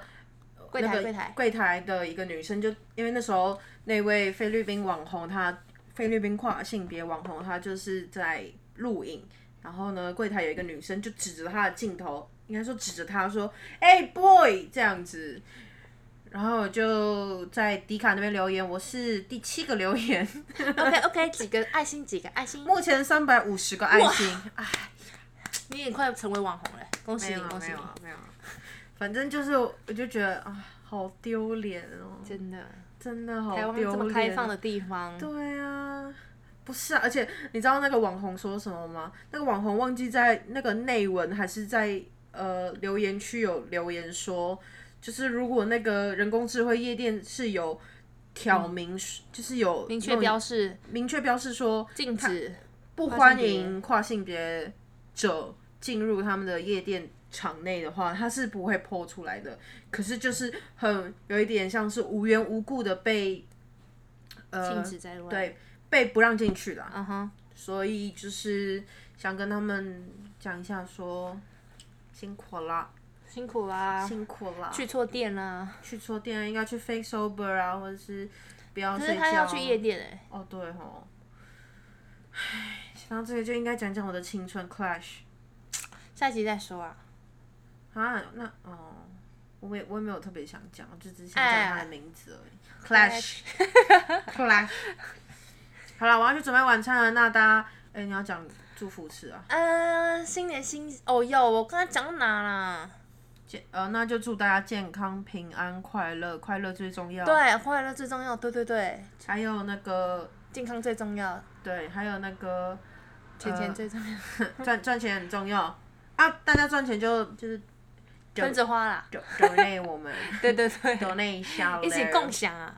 Speaker 2: 柜
Speaker 3: 那
Speaker 2: 台
Speaker 3: 个
Speaker 2: 柜台，
Speaker 3: 柜台的一个女生就，因为那时候那位菲律宾网红她，菲律宾跨性别网红，她就是在录影，然后呢，柜台有一个女生就指着她的镜头，应该说指着她说：“哎、b
Speaker 2: *laughs*
Speaker 3: o y 这样子。”然后我就在迪卡那边留言，我是第七个留言， *laughs*
Speaker 2: OK OK，几个爱心，几个爱心，
Speaker 3: 目前三百五十个爱心，哎，
Speaker 2: 你也快成为网红了，恭喜
Speaker 3: 没
Speaker 2: 你，
Speaker 3: 有啊
Speaker 2: 恭
Speaker 3: 没
Speaker 2: 喜
Speaker 3: 有
Speaker 2: 你！
Speaker 3: 没有，反正就是我就觉得啊，好丢脸哦，
Speaker 2: 真的，
Speaker 3: 真的好
Speaker 2: 台湾
Speaker 3: 丢
Speaker 2: 这么
Speaker 3: 脸。哦
Speaker 2: 开放的地方，
Speaker 3: 对啊，不是啊，而且你知道那个网红说什么吗？那个网红忘记在那个内文还是在呃留言区有留言说，就是如果那个人工智慧夜店是有挑嗯明，就是有
Speaker 2: 明确标示
Speaker 3: 明确标示说
Speaker 2: 禁止
Speaker 3: 不
Speaker 2: 跨性
Speaker 3: 欢
Speaker 2: 别
Speaker 3: 迎跨性别者进入他们的夜店场内的话，他是不会破出来的。可是就是很有一点像是无缘无故的被
Speaker 2: 禁止在外。
Speaker 3: 呃对，被不让进去的啊、
Speaker 2: 嗯哼，
Speaker 3: 所以就是想跟他们讲一下说，辛苦啦，
Speaker 2: 辛苦啦，
Speaker 3: 辛苦啦，
Speaker 2: 去错店啦。
Speaker 3: 去错店啊应该去 fake sober 啊，或者是不要
Speaker 2: 可是
Speaker 3: 睡觉。啊
Speaker 2: 他要去夜店哎、
Speaker 3: 哦，对吼。唉，想到这个就应该讲讲我的青春 clash
Speaker 2: 下集再说啊。
Speaker 3: 啊，那哦，我也我也没有特别想讲，我就只想
Speaker 2: 哎
Speaker 3: 讲他的名字而已。clash clash。好了，我要去准备晚餐了。那大家，哎、你要讲祝福词啊？
Speaker 2: 嗯，新年新哦哟，我刚才讲到哪啦？
Speaker 3: 健呃，那就祝大家健康、平安、快乐，快乐最重要。，
Speaker 2: 对，快乐最重要，对对对，
Speaker 3: 还有那个
Speaker 2: 健康最重要，
Speaker 3: 对，啊还有那个
Speaker 2: 钱钱最重要，
Speaker 3: 赚赚钱很重要啊！大家赚钱就就是
Speaker 2: 跟着花啦，
Speaker 3: donate 我们
Speaker 2: *laughs* 对对对，
Speaker 3: donate 一下嘞，
Speaker 2: 一起共享啊，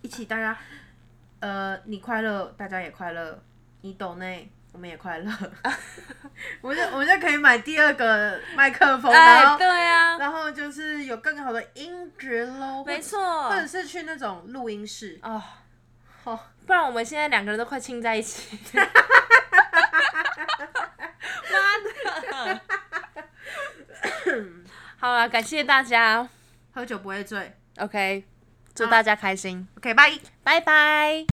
Speaker 3: 一起大家呃，你快乐，大家也快乐，你 donate。我们也
Speaker 2: *laughs*
Speaker 3: 快乐，我们就我们就可以买第二个麦克风，然
Speaker 2: 哎，
Speaker 3: 后
Speaker 2: 对啊，
Speaker 3: 然后就是有更好的音质喽，
Speaker 2: 没错，
Speaker 3: 或者，或者是去那种录音室，
Speaker 2: 哦，
Speaker 3: 哦，
Speaker 2: 不然我们现在两个人都快亲在一起，妈的， *laughs* 好了，感谢大家
Speaker 3: 喝酒不会醉。
Speaker 2: ，OK，祝大家开心，
Speaker 3: OK，拜。
Speaker 2: 拜拜。